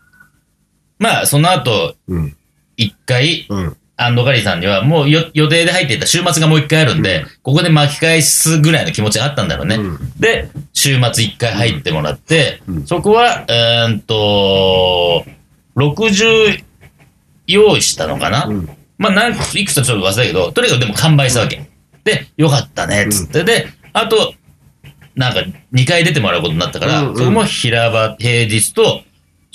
[SPEAKER 2] まあ、その後、
[SPEAKER 1] うん。
[SPEAKER 2] 一回、
[SPEAKER 1] うん。
[SPEAKER 2] アンドガリーさんには、もうよ予定で入っていた週末がもう一回あるんで、ここで巻き返すぐらいの気持ちがあったんだろうね。
[SPEAKER 1] うん
[SPEAKER 2] で、週末一回入ってもらって、
[SPEAKER 1] うん
[SPEAKER 2] そこは、うーんと、60用意したのかな、
[SPEAKER 1] うん
[SPEAKER 2] まあ、なんいくつかちょっと忘れたけど、とにかくでも完売したわけ。で、よかったね、つって。で、あと、なんか2回出てもらうことになったから、
[SPEAKER 1] うんうん
[SPEAKER 2] そこも平場、平日と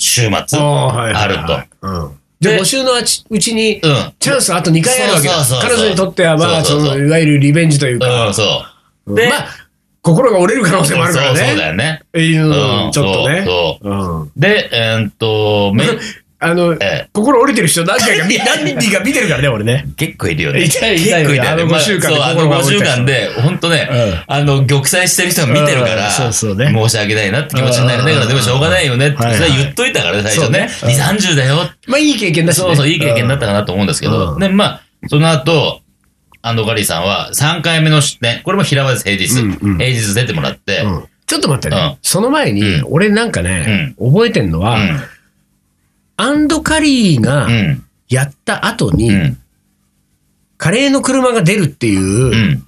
[SPEAKER 2] 週末
[SPEAKER 1] あーはいは
[SPEAKER 2] あ
[SPEAKER 1] い
[SPEAKER 2] ると。
[SPEAKER 1] はいうん。じゃあ、
[SPEAKER 2] で
[SPEAKER 1] 募集のあちうちに、
[SPEAKER 2] うん。
[SPEAKER 1] チャンスあと2回あるわけだ
[SPEAKER 2] そうそうそう
[SPEAKER 1] 彼
[SPEAKER 2] そう
[SPEAKER 1] 女にとっては、まあ、
[SPEAKER 2] そ
[SPEAKER 1] そう
[SPEAKER 2] そうそう
[SPEAKER 1] の、いわゆるリベンジという
[SPEAKER 2] う
[SPEAKER 1] か
[SPEAKER 2] ん、、そう。
[SPEAKER 1] うん
[SPEAKER 2] で
[SPEAKER 1] まあ、心が折れる可能性もあるから
[SPEAKER 2] そうそう
[SPEAKER 1] ね。
[SPEAKER 2] だよね。
[SPEAKER 1] うん
[SPEAKER 2] うん
[SPEAKER 1] ちょっとね。
[SPEAKER 2] そう
[SPEAKER 1] うん
[SPEAKER 2] で、えーっと、め、
[SPEAKER 1] あの、
[SPEAKER 2] え
[SPEAKER 1] 心折れてる人何回か 見、何人か見てるからね、俺ね。
[SPEAKER 2] ー結構いるよね。
[SPEAKER 1] いたい
[SPEAKER 2] 結
[SPEAKER 1] たいた
[SPEAKER 2] 構いるよね。
[SPEAKER 1] あの
[SPEAKER 2] ま
[SPEAKER 1] 5週間で
[SPEAKER 2] そうあ
[SPEAKER 1] 心
[SPEAKER 2] の
[SPEAKER 1] が
[SPEAKER 2] 5
[SPEAKER 1] 折れ
[SPEAKER 2] 週
[SPEAKER 1] た人
[SPEAKER 2] 間で、本当ね、あの、玉砕してる人が見てるか
[SPEAKER 1] うん
[SPEAKER 2] ら、
[SPEAKER 1] そうそうね
[SPEAKER 2] 申し訳ないなって気持ちになる。だから、でもしょうがないよねって、そ
[SPEAKER 1] はい
[SPEAKER 2] れ
[SPEAKER 1] はい
[SPEAKER 2] は言っといたからね、最初ね。
[SPEAKER 1] そうね
[SPEAKER 2] 2、30だよ
[SPEAKER 1] まあ、いい経験だしね。
[SPEAKER 2] そうそう、いい経験になっ
[SPEAKER 1] った
[SPEAKER 2] かなと思うんですけ
[SPEAKER 1] う
[SPEAKER 2] ど。
[SPEAKER 1] ん
[SPEAKER 2] で、まあ、その後、アンドガリーさんは3回目の出店、これも平場です、平日。
[SPEAKER 1] うんうん
[SPEAKER 2] 平日出てもらって、うん。
[SPEAKER 1] ちょっと待って
[SPEAKER 2] う
[SPEAKER 1] ね
[SPEAKER 2] ん。
[SPEAKER 1] その前に
[SPEAKER 2] う、
[SPEAKER 1] 俺なんかね、覚えてんの
[SPEAKER 2] う
[SPEAKER 1] は、
[SPEAKER 2] ん。
[SPEAKER 1] アンドカリーが
[SPEAKER 2] うん。
[SPEAKER 1] やった後
[SPEAKER 2] う
[SPEAKER 1] に、
[SPEAKER 2] ん。
[SPEAKER 1] カレーの車が出るって
[SPEAKER 2] う。
[SPEAKER 1] いうん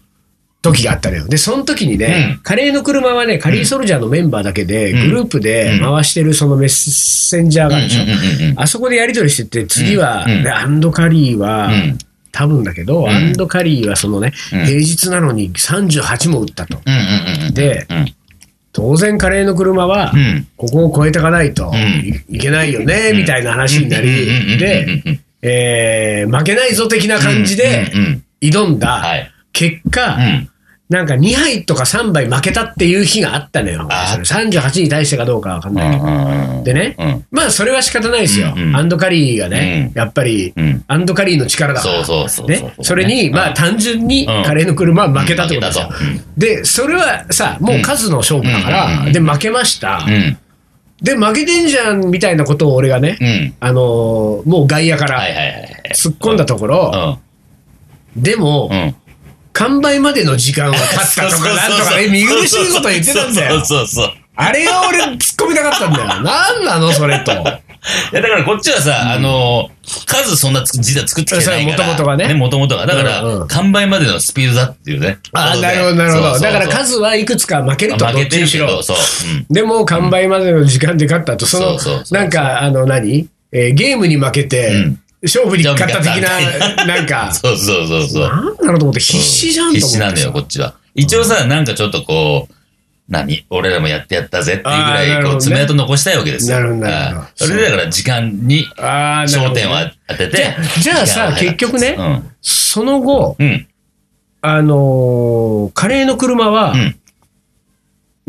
[SPEAKER 1] と時があったのよ。で、その時にね、
[SPEAKER 2] うん
[SPEAKER 1] カレーの車はね、カリーソルジャーのメンバーだけで、
[SPEAKER 2] うん
[SPEAKER 1] グループで回してるそのメッセンジャーがあるでしょ。
[SPEAKER 2] うんうんうん
[SPEAKER 1] あそこでやり取りしてて、次は、
[SPEAKER 2] うんうん
[SPEAKER 1] でアンドカリーは、
[SPEAKER 2] うん
[SPEAKER 1] 多分だけど、
[SPEAKER 2] ん
[SPEAKER 1] アンドカリーはそのね、
[SPEAKER 2] うん
[SPEAKER 1] 平日なのに38も打ったと。
[SPEAKER 2] うんうんうん
[SPEAKER 1] で、
[SPEAKER 2] うんうん
[SPEAKER 1] 当然カレーの車は、
[SPEAKER 2] うん
[SPEAKER 1] ここを超えていかないと
[SPEAKER 2] う
[SPEAKER 1] いいけないよね、みたいな話になり、で、えー負けないぞ的な感じで
[SPEAKER 2] うんうんうん
[SPEAKER 1] 挑ん
[SPEAKER 2] は
[SPEAKER 1] だ
[SPEAKER 2] い
[SPEAKER 1] 結果、
[SPEAKER 2] うん
[SPEAKER 1] なんか2杯とか3杯負けたっていう日があったのよ。
[SPEAKER 2] あ
[SPEAKER 1] それ38に対してかどうかわかん
[SPEAKER 2] う
[SPEAKER 1] ないけど。
[SPEAKER 2] んうん
[SPEAKER 1] でね
[SPEAKER 2] うん
[SPEAKER 1] まあそれは仕方ないですよ。
[SPEAKER 2] うんうん
[SPEAKER 1] アンドカリーがね、
[SPEAKER 2] う
[SPEAKER 1] やっぱり、
[SPEAKER 2] うん
[SPEAKER 1] アンドカリーの力だから。
[SPEAKER 2] そうそうそう
[SPEAKER 1] ね、それに、まあ、単純に
[SPEAKER 2] うん
[SPEAKER 1] カレーの車は負けたってことですよ
[SPEAKER 2] 負けたと。
[SPEAKER 1] で、それはさ、もう数の勝負だか
[SPEAKER 2] うんうんうん
[SPEAKER 1] ら、
[SPEAKER 2] うん
[SPEAKER 1] で、負けました
[SPEAKER 2] う。ん
[SPEAKER 1] で、負けてんじゃんみたいなことを俺がね
[SPEAKER 2] う、ん
[SPEAKER 1] あのーもう外野か
[SPEAKER 2] はい
[SPEAKER 1] ら
[SPEAKER 2] はいはい
[SPEAKER 1] 突っ込んだところ、でも
[SPEAKER 2] う、んうん
[SPEAKER 1] 完売までの時間は勝ったとか、なんとかね、見苦しいこと言ってたんだよ。
[SPEAKER 2] そうそうそうそう
[SPEAKER 1] あれが俺、突っ込みたかったんだよ。なんなの、それと。
[SPEAKER 2] いやだからこっちはさ、あのー数そんなつ実は作ってきてないから。
[SPEAKER 1] そう元々がね
[SPEAKER 2] 元々が。だから、
[SPEAKER 1] うんうん
[SPEAKER 2] 完売までのスピードだっていうね。
[SPEAKER 1] あ
[SPEAKER 2] こと
[SPEAKER 1] あ、な
[SPEAKER 2] で
[SPEAKER 1] るほど、なるほ
[SPEAKER 2] そうそう
[SPEAKER 1] ど。
[SPEAKER 2] そ
[SPEAKER 1] だ
[SPEAKER 2] う
[SPEAKER 1] から数はいくつか負けると、
[SPEAKER 2] まあ
[SPEAKER 1] ど
[SPEAKER 2] 負
[SPEAKER 1] っ
[SPEAKER 2] けて
[SPEAKER 1] ち
[SPEAKER 2] る
[SPEAKER 1] に
[SPEAKER 2] け
[SPEAKER 1] し
[SPEAKER 2] ど、
[SPEAKER 1] ろ。
[SPEAKER 2] そう。うん
[SPEAKER 1] でも、完売までの時間で勝ったと、その
[SPEAKER 2] そうそう、そう
[SPEAKER 1] なんか、あの、何えーゲームに負けて
[SPEAKER 2] うん、
[SPEAKER 1] 勝負に勝った的
[SPEAKER 2] 勝負に勝
[SPEAKER 1] な、なんか、
[SPEAKER 2] そうそうそうそう。
[SPEAKER 1] なんなのと思って、必死じゃんと思って。
[SPEAKER 2] 必死なんだよ、こっちは。一応さ、なんかちょっとこう、何俺らもやってやったぜっていうぐら、
[SPEAKER 1] あーないる
[SPEAKER 2] こ
[SPEAKER 1] ほど
[SPEAKER 2] う、
[SPEAKER 1] ね
[SPEAKER 2] 爪痕残したいわけですよ。
[SPEAKER 1] なるほどなるほど
[SPEAKER 2] あーそれでだから時間に
[SPEAKER 1] あーなる
[SPEAKER 2] 焦
[SPEAKER 1] ほどね
[SPEAKER 2] 点を当てて。
[SPEAKER 1] じゃあじゃあさ
[SPEAKER 2] 時間を早く
[SPEAKER 1] 結局ねその後、
[SPEAKER 2] うん。うん。
[SPEAKER 1] あのーカレーの車は
[SPEAKER 2] う、ん。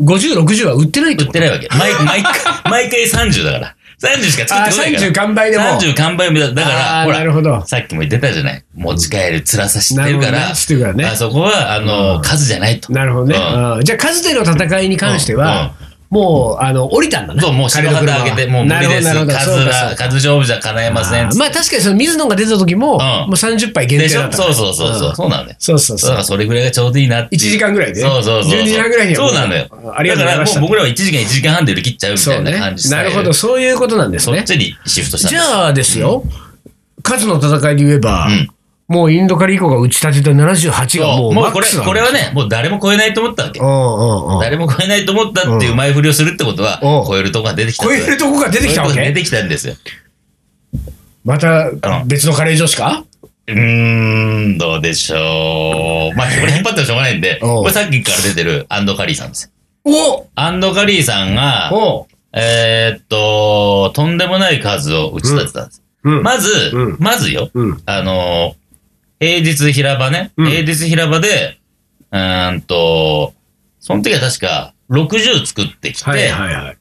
[SPEAKER 1] 50、60は売ってないって
[SPEAKER 2] 売っ
[SPEAKER 1] こと
[SPEAKER 2] てないわけ。毎毎回、毎回30だから。30しか作ってこないから。
[SPEAKER 1] あー30完売でも
[SPEAKER 2] 30完売だだから、
[SPEAKER 1] あー
[SPEAKER 2] ほ
[SPEAKER 1] なる
[SPEAKER 2] ら、
[SPEAKER 1] ほど。
[SPEAKER 2] さっきも言ってたじゃない。持ち帰る辛さ知ってるか
[SPEAKER 1] なるほど
[SPEAKER 2] ら
[SPEAKER 1] ね、知ってるからね
[SPEAKER 2] あそこは、あの、数じゃないと。
[SPEAKER 1] なるほどね。
[SPEAKER 2] うん
[SPEAKER 1] うんじゃあ、数での戦いに関しては、もう、あの、降りたんだね。
[SPEAKER 2] そう、もう白旗あげて、もう無理です。
[SPEAKER 1] なるほど、なるほど。そ
[SPEAKER 2] 数
[SPEAKER 1] うかそう
[SPEAKER 2] は、
[SPEAKER 1] か
[SPEAKER 2] 数勝負じゃ叶えません
[SPEAKER 1] あ。ーまあ、確かにその水野が出た時も、
[SPEAKER 2] ん
[SPEAKER 1] もう30杯限
[SPEAKER 2] で
[SPEAKER 1] 定
[SPEAKER 2] し
[SPEAKER 1] だ
[SPEAKER 2] ょ
[SPEAKER 1] った。
[SPEAKER 2] そうそうそうそう。そうなんだよ。
[SPEAKER 1] そうそう
[SPEAKER 2] そ
[SPEAKER 1] そ
[SPEAKER 2] うだか
[SPEAKER 1] う
[SPEAKER 2] ら。それぐらいがちょうどいいなって
[SPEAKER 1] 1
[SPEAKER 2] いう。
[SPEAKER 1] 時間ぐらいで。
[SPEAKER 2] そうそうそう。
[SPEAKER 1] 12時間ぐらいにはも。
[SPEAKER 2] そうなのよ。
[SPEAKER 1] ありがとうございました
[SPEAKER 2] だからもう。僕らは1時間1時間半で売り切っちゃうみ
[SPEAKER 1] そ
[SPEAKER 2] た
[SPEAKER 1] う
[SPEAKER 2] いな感
[SPEAKER 1] ね
[SPEAKER 2] じ。スタ
[SPEAKER 1] な
[SPEAKER 2] イル
[SPEAKER 1] るほど、そういうことなんです
[SPEAKER 2] そっ
[SPEAKER 1] ね。
[SPEAKER 2] ちにシフトしたん
[SPEAKER 1] じ
[SPEAKER 2] です
[SPEAKER 1] ゃあですよ、数の戦いで言えば、
[SPEAKER 2] うん
[SPEAKER 1] もうインドカリ以降が打ち立てた78がも
[SPEAKER 2] そうう
[SPEAKER 1] マ
[SPEAKER 2] も
[SPEAKER 1] ッ
[SPEAKER 2] うこ
[SPEAKER 1] ク
[SPEAKER 2] れ
[SPEAKER 1] スな、んだ
[SPEAKER 2] これはね、もう誰も超えないと思ったわけ
[SPEAKER 1] う。んうんうん。
[SPEAKER 2] 誰も超えないと思ったっていう前振りをするってことは
[SPEAKER 1] うん、
[SPEAKER 2] 超えるとこが出てきた。
[SPEAKER 1] 超えるとこが出てきたわ
[SPEAKER 2] 超えるとこが出
[SPEAKER 1] け
[SPEAKER 2] てきたんですよ。
[SPEAKER 1] また別のカレー女子か
[SPEAKER 2] うーん、どうでしょう。まあ、これ引っ張ってもしょうがないんで、
[SPEAKER 1] おう
[SPEAKER 2] これさっきから出てるアンドカリーさんですよ。
[SPEAKER 1] お
[SPEAKER 2] アンドカリーさんが、
[SPEAKER 1] お
[SPEAKER 2] えーっと、とんでもない数を打ち立てたんです。
[SPEAKER 1] うん。
[SPEAKER 2] まず、
[SPEAKER 1] うん
[SPEAKER 2] まずよ、
[SPEAKER 1] うん。
[SPEAKER 2] あのー、平日平場ね、
[SPEAKER 1] うん
[SPEAKER 2] 平日平場で、うーんと、その時は確か60作ってきて、
[SPEAKER 1] はいはいはい。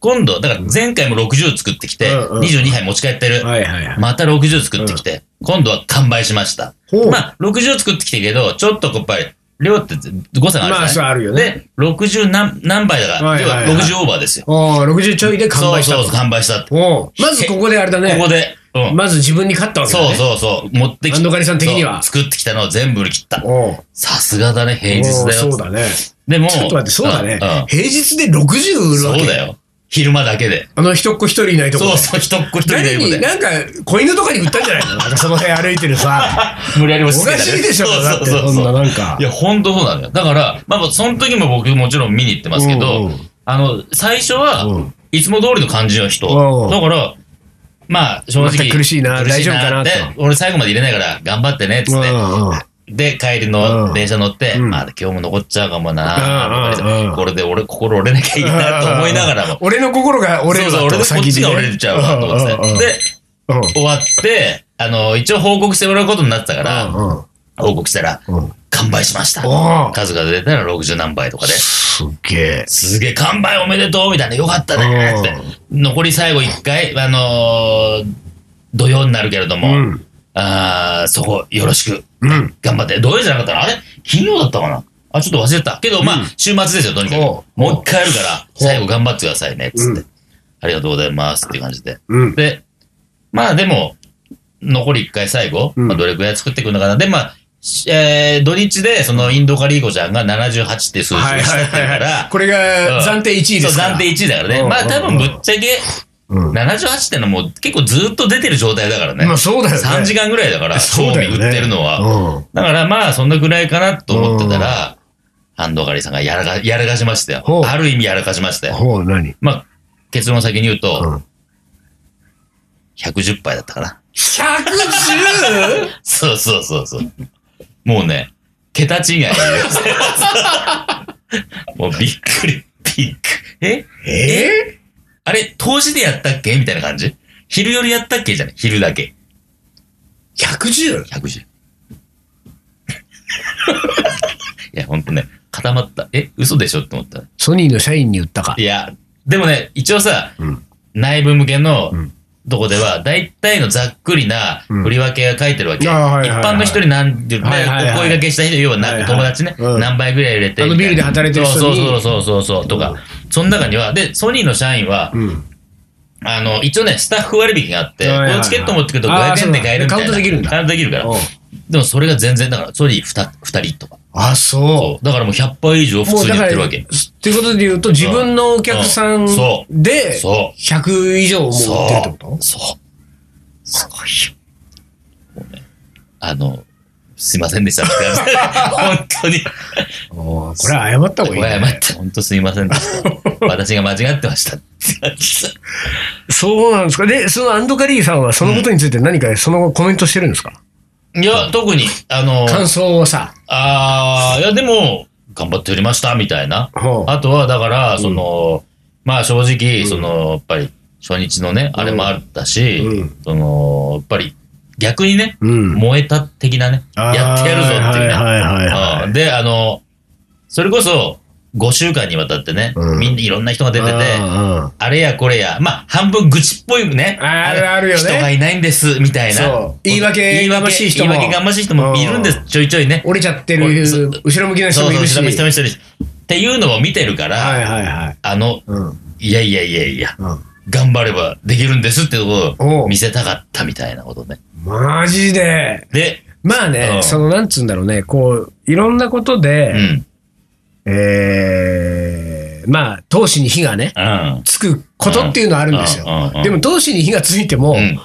[SPEAKER 2] 今度、だから前回も60作ってきて、
[SPEAKER 1] うんうん
[SPEAKER 2] 22杯持ち帰ってる。
[SPEAKER 1] はいはいはい。
[SPEAKER 2] また60作ってきて、今度は完売しました。
[SPEAKER 1] ほう
[SPEAKER 2] まあ、60作ってきてるけど、ちょっとやっぱり、量って誤差があるじゃない
[SPEAKER 1] まあ、そうあるよね。
[SPEAKER 2] で、60何何倍だから、
[SPEAKER 1] はい
[SPEAKER 2] 要
[SPEAKER 1] はい
[SPEAKER 2] は
[SPEAKER 1] はい
[SPEAKER 2] 60オーバーですよ。
[SPEAKER 1] おー60ちょいで完売した
[SPEAKER 2] そう
[SPEAKER 1] と
[SPEAKER 2] そうそう、完売したって。こ
[SPEAKER 1] おうまずここであれだね。
[SPEAKER 2] こで、うん。
[SPEAKER 1] まず自分に勝ったわけだ
[SPEAKER 2] そ
[SPEAKER 1] ね。
[SPEAKER 2] うそうそう、持ってき
[SPEAKER 1] アンドカリさん的には
[SPEAKER 2] そう作ってきたのを全部売り切った。
[SPEAKER 1] おう
[SPEAKER 2] さすがだね、平日だ
[SPEAKER 1] お
[SPEAKER 2] よ
[SPEAKER 1] うそう。だね。
[SPEAKER 2] でも、
[SPEAKER 1] ちょっと待って、そうだね。
[SPEAKER 2] う
[SPEAKER 1] 平日で60売
[SPEAKER 2] ん
[SPEAKER 1] るわ
[SPEAKER 2] そう
[SPEAKER 1] け
[SPEAKER 2] だよ。昼間だけで。
[SPEAKER 1] あの、一っ子一人いないとこ
[SPEAKER 2] そ
[SPEAKER 1] ろ
[SPEAKER 2] う。そう、一っ子一人
[SPEAKER 1] 誰
[SPEAKER 2] で
[SPEAKER 1] に、なんか、子犬とかに売ったんじゃないのなんかその辺歩いてるさ。
[SPEAKER 2] 無理やり
[SPEAKER 1] お
[SPEAKER 2] 押し
[SPEAKER 1] か
[SPEAKER 2] 付け
[SPEAKER 1] した
[SPEAKER 2] ね
[SPEAKER 1] いでしょ、
[SPEAKER 2] そう
[SPEAKER 1] だって、
[SPEAKER 2] そう
[SPEAKER 1] そん
[SPEAKER 2] そう
[SPEAKER 1] な
[SPEAKER 2] そう。
[SPEAKER 1] なんか
[SPEAKER 2] い。や、ほんとそうなのよ。だから、まあ、その時も僕もちろん見に行ってますけ
[SPEAKER 1] うん
[SPEAKER 2] ど
[SPEAKER 1] うん、
[SPEAKER 2] あの、最初
[SPEAKER 1] う
[SPEAKER 2] は
[SPEAKER 1] ん、
[SPEAKER 2] いつも通りの感じの人。
[SPEAKER 1] うんうん
[SPEAKER 2] だから、まあ、正
[SPEAKER 1] また
[SPEAKER 2] 直。
[SPEAKER 1] 苦しいな大丈夫かなと
[SPEAKER 2] で、俺最後まで入れないから、頑張ってね、つ
[SPEAKER 1] うん
[SPEAKER 2] っ
[SPEAKER 1] う
[SPEAKER 2] て。
[SPEAKER 1] んうん
[SPEAKER 2] で、帰り
[SPEAKER 1] うん
[SPEAKER 2] の電車乗って、
[SPEAKER 1] うん
[SPEAKER 2] あ、今日も残っちゃうかも
[SPEAKER 1] うん
[SPEAKER 2] なとか
[SPEAKER 1] うん
[SPEAKER 2] ね、これで俺、心折れなきゃいいなと思いながらも。
[SPEAKER 1] 俺の心が折れるわ
[SPEAKER 2] そう
[SPEAKER 1] と
[SPEAKER 2] そう、俺でこっちが
[SPEAKER 1] 先にね
[SPEAKER 2] 折れちゃうわと思って
[SPEAKER 1] うんうんうん
[SPEAKER 2] さ。で、
[SPEAKER 1] うん
[SPEAKER 2] 終わって、あの、一応報告してもらうことになってたから、
[SPEAKER 1] うんうん
[SPEAKER 2] 報告したら、
[SPEAKER 1] うん
[SPEAKER 2] 完売しました
[SPEAKER 1] おー。
[SPEAKER 2] 数が出たら60何倍とかで、
[SPEAKER 1] すっげえ。
[SPEAKER 2] すげえ、完売おめでとうみたいな、よかったねって。残り最後一回、あのー土曜になるけれど
[SPEAKER 1] う
[SPEAKER 2] も、
[SPEAKER 1] ん。
[SPEAKER 2] あーそこよろしく、
[SPEAKER 1] うん。
[SPEAKER 2] 頑張って。土曜じゃなかったなあれ金曜だったかなあ、ちょっと忘れた。けど、まあ、週末ですよ、とにかく。
[SPEAKER 1] お
[SPEAKER 2] も
[SPEAKER 1] う
[SPEAKER 2] う一回やるから、最後頑張ってくださいね、つっ
[SPEAKER 1] う
[SPEAKER 2] て。ありがとうございますっていう感じで。
[SPEAKER 1] うん。
[SPEAKER 2] で、まあでも、残り1回最後、
[SPEAKER 1] うん
[SPEAKER 2] まあどれくらい作ってくるのかな。で、まあ、しえー土日で、そのインドカリーゴちゃんが78っていう数字を
[SPEAKER 1] はい
[SPEAKER 2] し
[SPEAKER 1] は
[SPEAKER 2] て
[SPEAKER 1] い
[SPEAKER 2] ってる
[SPEAKER 1] はい
[SPEAKER 2] か
[SPEAKER 1] はい。
[SPEAKER 2] ら、
[SPEAKER 1] これが暫定1位で
[SPEAKER 2] そう、
[SPEAKER 1] すから。
[SPEAKER 2] 暫定1位だから
[SPEAKER 1] うん
[SPEAKER 2] ね。まあ多分ぶっちゃけ、
[SPEAKER 1] うん。
[SPEAKER 2] 78ってのはもう結構ずっと出てる状態だからね。
[SPEAKER 1] まあそうだよね。
[SPEAKER 2] 3時間ぐらいだから、
[SPEAKER 1] そ
[SPEAKER 2] 賞
[SPEAKER 1] うだ
[SPEAKER 2] 味
[SPEAKER 1] よね
[SPEAKER 2] 売ってるのは。
[SPEAKER 1] うん
[SPEAKER 2] だからまあ、そんなぐらいかなと思ってたら、ハンドガリさんがやらか、やらかしました
[SPEAKER 1] ほ
[SPEAKER 2] よ
[SPEAKER 1] う。
[SPEAKER 2] ある意味やらかしましたよ。
[SPEAKER 1] ほう、何
[SPEAKER 2] まあ、結論先に言うと、
[SPEAKER 1] うん
[SPEAKER 2] 110杯だったかな。
[SPEAKER 1] 110?
[SPEAKER 2] そうそうそうそう。もうね、桁違い。もうびっくり、びっくり。え
[SPEAKER 1] え
[SPEAKER 2] あれ、当時でやったっけみたいな感じ昼よりやったっけじゃない昼だけ。
[SPEAKER 1] ー、110?
[SPEAKER 2] 110。いや、ほんとね、固まった。え、嘘でしょって思った。
[SPEAKER 1] ソニーの社員に言ったか
[SPEAKER 2] い。や、でもね、一応さ、
[SPEAKER 1] うん
[SPEAKER 2] 内部向けの
[SPEAKER 1] うん
[SPEAKER 2] とこでは、大体のざっくりな
[SPEAKER 1] うん
[SPEAKER 2] 振り分けが書いてるわけ。
[SPEAKER 1] あーはい
[SPEAKER 2] 一
[SPEAKER 1] はいはい
[SPEAKER 2] 般の人に何で、
[SPEAKER 1] はいはいはい
[SPEAKER 2] お声掛けした人、要はな、
[SPEAKER 1] はいはい
[SPEAKER 2] 友達ね、
[SPEAKER 1] うん
[SPEAKER 2] 何倍ぐらい入れて
[SPEAKER 1] あの
[SPEAKER 2] みたいな
[SPEAKER 1] ビルで働いてる人に
[SPEAKER 2] そうそうそうそうそう、とか、
[SPEAKER 1] うん
[SPEAKER 2] その中には、で、ソニーの社員は、
[SPEAKER 1] うん。
[SPEAKER 2] あの、一応ね、スタッフ割引があって、
[SPEAKER 1] はいはいはい
[SPEAKER 2] このチケット持ってくると
[SPEAKER 1] あー
[SPEAKER 2] 500円で買えるみ
[SPEAKER 1] そうだカ
[SPEAKER 2] たいな。
[SPEAKER 1] ウントできるんだ
[SPEAKER 2] カウントできるから
[SPEAKER 1] おう。
[SPEAKER 2] でもそれが全然、だから、ソニー 2, 二人とか。
[SPEAKER 1] あ、そう。
[SPEAKER 2] だからもう100杯以上普
[SPEAKER 1] もう
[SPEAKER 2] 通
[SPEAKER 1] だ
[SPEAKER 2] にや
[SPEAKER 1] か
[SPEAKER 2] ってる
[SPEAKER 1] ら、
[SPEAKER 2] わ
[SPEAKER 1] とい
[SPEAKER 2] け
[SPEAKER 1] う。ことで言うと、自分のお客さん
[SPEAKER 2] うんそ
[SPEAKER 1] で、
[SPEAKER 2] そう。
[SPEAKER 1] 100以上も
[SPEAKER 2] そう
[SPEAKER 1] 売ってるってこと
[SPEAKER 2] そう。すごいよ。もうねあの、すいませんでした。本当に。
[SPEAKER 1] おうこれは謝った方がいい、
[SPEAKER 2] これ謝って、本当すいませんでした。私が間違ってました。
[SPEAKER 1] そうなんですか。で、そのアンドカリーさんはそのことについて何かその後コメントしてるんですか、
[SPEAKER 2] いや、特に、あの、
[SPEAKER 1] 感想をさ。
[SPEAKER 2] あーいや、でも、頑張っておりました、みたいな。
[SPEAKER 1] ほう
[SPEAKER 2] あとは、だから、その、まあ正直、
[SPEAKER 1] うん
[SPEAKER 2] その、やっぱり、初日のね、あれもあったし
[SPEAKER 1] うん、
[SPEAKER 2] その、やっぱり、逆にね、
[SPEAKER 1] うん
[SPEAKER 2] 燃えた的なね、やってやるぞっていうね。
[SPEAKER 1] はいはいはいはい、
[SPEAKER 2] うんで、あの、それこそ、5週間にわたってね、
[SPEAKER 1] うん
[SPEAKER 2] みんないろんな人が出てて、
[SPEAKER 1] うんうん
[SPEAKER 2] あれやこれや、まあ、半分愚痴っぽいね。
[SPEAKER 1] ああるあるよね
[SPEAKER 2] 人がいないんです、みたいな。
[SPEAKER 1] そう言い訳
[SPEAKER 2] 言い
[SPEAKER 1] がま
[SPEAKER 2] 訳
[SPEAKER 1] しい人も
[SPEAKER 2] 言い訳がましい人もいるんで
[SPEAKER 1] う
[SPEAKER 2] す、ちょいちょいね。
[SPEAKER 1] 折れちゃって
[SPEAKER 2] お
[SPEAKER 1] る
[SPEAKER 2] そ
[SPEAKER 1] 後ろ向きな人
[SPEAKER 2] そ
[SPEAKER 1] も
[SPEAKER 2] う
[SPEAKER 1] い
[SPEAKER 2] そう、
[SPEAKER 1] るし。
[SPEAKER 2] 下見下見してるし。っていうのを見てるから、
[SPEAKER 1] はいはいはい。
[SPEAKER 2] あの、
[SPEAKER 1] うん。うん。
[SPEAKER 2] いやいやいやいや、頑張ればできるんですってとこ
[SPEAKER 1] お
[SPEAKER 2] を
[SPEAKER 1] う
[SPEAKER 2] 見せたかったみたいなことね。
[SPEAKER 1] マジで。
[SPEAKER 2] で、
[SPEAKER 1] まあね、
[SPEAKER 2] うん
[SPEAKER 1] その、なんつうんだろうね、こう、いろんなこと
[SPEAKER 2] う
[SPEAKER 1] で、
[SPEAKER 2] ん、
[SPEAKER 1] えー、まあ、闘志に火がね、
[SPEAKER 2] うん、
[SPEAKER 1] つくことっていうのはあるんですよ
[SPEAKER 2] うんうんうん。
[SPEAKER 1] でも、闘志に火がついても、
[SPEAKER 2] うん。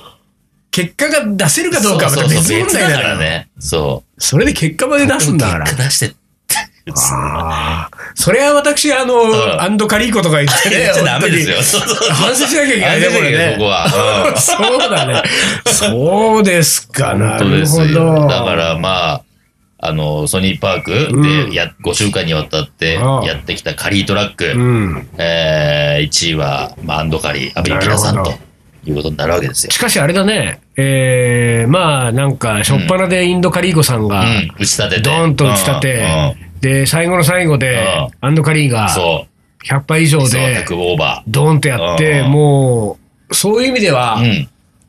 [SPEAKER 1] 結果が出せるかどうかはまた
[SPEAKER 2] そうそう
[SPEAKER 1] 別
[SPEAKER 2] そう
[SPEAKER 1] 問
[SPEAKER 2] 別
[SPEAKER 1] 題
[SPEAKER 2] だ
[SPEAKER 1] だ
[SPEAKER 2] か
[SPEAKER 1] から
[SPEAKER 2] ら
[SPEAKER 1] ね。
[SPEAKER 2] ね。そう。
[SPEAKER 1] それで結果まで出すんだから。
[SPEAKER 2] 結果出してって。
[SPEAKER 1] あーそれは私、あ
[SPEAKER 2] ん
[SPEAKER 1] の、アンドカリーコとか言 ってね
[SPEAKER 2] 言っちゃ、ダメですよ。
[SPEAKER 1] 本
[SPEAKER 2] そうそう
[SPEAKER 1] 当に反省しなきゃいけないね、
[SPEAKER 2] 反省
[SPEAKER 1] こ
[SPEAKER 2] しなきゃいけない
[SPEAKER 1] れ
[SPEAKER 2] そこ
[SPEAKER 1] ね。
[SPEAKER 2] は。うん
[SPEAKER 1] そうだね。そうですか、な
[SPEAKER 2] 本当
[SPEAKER 1] る
[SPEAKER 2] です
[SPEAKER 1] ほ
[SPEAKER 2] よ
[SPEAKER 1] ど。
[SPEAKER 2] だからまあ、あの、ソニーパーク
[SPEAKER 1] うん
[SPEAKER 2] でや、5週間にわたって
[SPEAKER 1] ああ
[SPEAKER 2] やってきたカリートラック、
[SPEAKER 1] うん。
[SPEAKER 2] えー、1位は、まあ、アンドカリー、アビリピナさんということになるわけですよ。
[SPEAKER 1] しかしあれだね、えー、まあなんか、しょっぱなでインドカリーゴさん
[SPEAKER 2] う
[SPEAKER 1] が、
[SPEAKER 2] ん、打ち立てて。
[SPEAKER 1] ドーンと打ち立て、
[SPEAKER 2] うんうん
[SPEAKER 1] で、最後の最後で
[SPEAKER 2] うん、
[SPEAKER 1] アンドカリーが
[SPEAKER 2] そ
[SPEAKER 1] 100杯以上
[SPEAKER 2] う。そう、
[SPEAKER 1] で、
[SPEAKER 2] 100オーバ
[SPEAKER 1] ドーンとやって、
[SPEAKER 2] うん
[SPEAKER 1] もう、そういう意味では
[SPEAKER 2] ー。う、ん。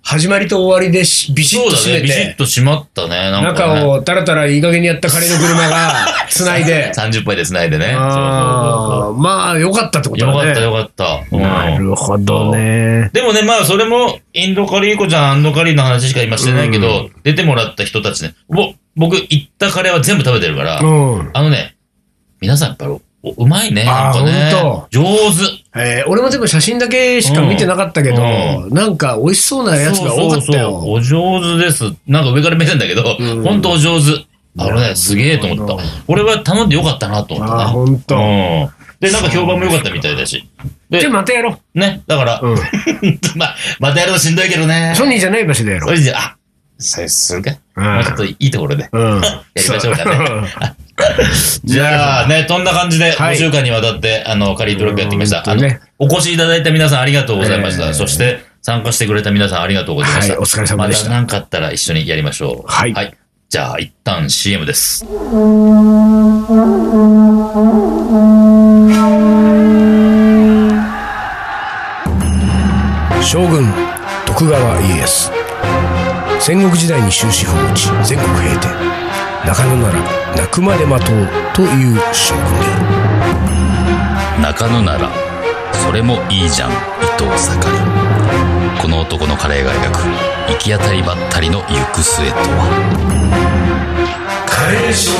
[SPEAKER 1] 始まりと終わりでしビシッ
[SPEAKER 2] そう
[SPEAKER 1] と
[SPEAKER 2] だ
[SPEAKER 1] 締め
[SPEAKER 2] ね、ビシッ
[SPEAKER 1] て、
[SPEAKER 2] と締まったね、なんか、ね。
[SPEAKER 1] 中をたらたらいい加減にやったカレーの車 が、つないで、
[SPEAKER 2] 30杯で繋いでね。
[SPEAKER 1] あーまあ、良かったってこ
[SPEAKER 2] そうそうそう
[SPEAKER 1] とだ
[SPEAKER 2] よか
[SPEAKER 1] ね。
[SPEAKER 2] った、よかった。うん
[SPEAKER 1] なるほどね。
[SPEAKER 2] でもね、まあ、それも、インドカリーコちゃん、アンドカリーの話しか今してないけど、出てもらった人たちね、ぼ僕、行ったカレーは全部食べてるから、
[SPEAKER 1] うん。
[SPEAKER 2] あのね、皆さんやっぱりお、うまいね。
[SPEAKER 1] あ
[SPEAKER 2] なん
[SPEAKER 1] ー
[SPEAKER 2] かね
[SPEAKER 1] ほんと。
[SPEAKER 2] 上手。
[SPEAKER 1] えー俺もでも写真だけしか見てなかったけど、
[SPEAKER 2] う
[SPEAKER 1] なんか美味しそうなやつが多かったよ。
[SPEAKER 2] お上手です。なんか上から目線だけど、
[SPEAKER 1] うん
[SPEAKER 2] ほんとお上手。あの
[SPEAKER 1] なるほど
[SPEAKER 2] ね、すげえと思った。俺は頼んでよかったなと思ったね。
[SPEAKER 1] あーほんと
[SPEAKER 2] うん。で、なんか評判も良かったみたいだし。で
[SPEAKER 1] じゃあ、またやろ
[SPEAKER 2] ね、だから、
[SPEAKER 1] う。うん。
[SPEAKER 2] まあ、またやるのしんどいけどね。
[SPEAKER 1] ソニーじゃない場所でや
[SPEAKER 2] そ
[SPEAKER 1] ろう。
[SPEAKER 2] れじゃ、あ、さすが。
[SPEAKER 1] うん
[SPEAKER 2] もうちょっといいところで。
[SPEAKER 1] うん。
[SPEAKER 2] やりましょうかねじゃあね、そんな感じで、
[SPEAKER 1] はい
[SPEAKER 2] 5週間にわたって、あの、カリートロックやってきました。
[SPEAKER 1] う
[SPEAKER 2] あ
[SPEAKER 1] ん
[SPEAKER 2] の
[SPEAKER 1] ね、
[SPEAKER 2] お越しいただいた皆さんありがとうございまし
[SPEAKER 1] えー
[SPEAKER 2] た。そして、参加してくれた皆さんありがとうございました。
[SPEAKER 1] はいお疲れ様でした
[SPEAKER 2] また何かあったら一緒にやりましょう。
[SPEAKER 1] はい
[SPEAKER 2] はい。じゃあ、一旦 CM です。
[SPEAKER 1] 将軍、徳川家康。戦国時代に終止符を打ち、全国平定。中野なら、泣くまで待とうという将軍である。
[SPEAKER 2] 中野ならそれもいいじゃん伊藤盛りこの男のカレーが描く行き当たりばったりの行く末とはカレー将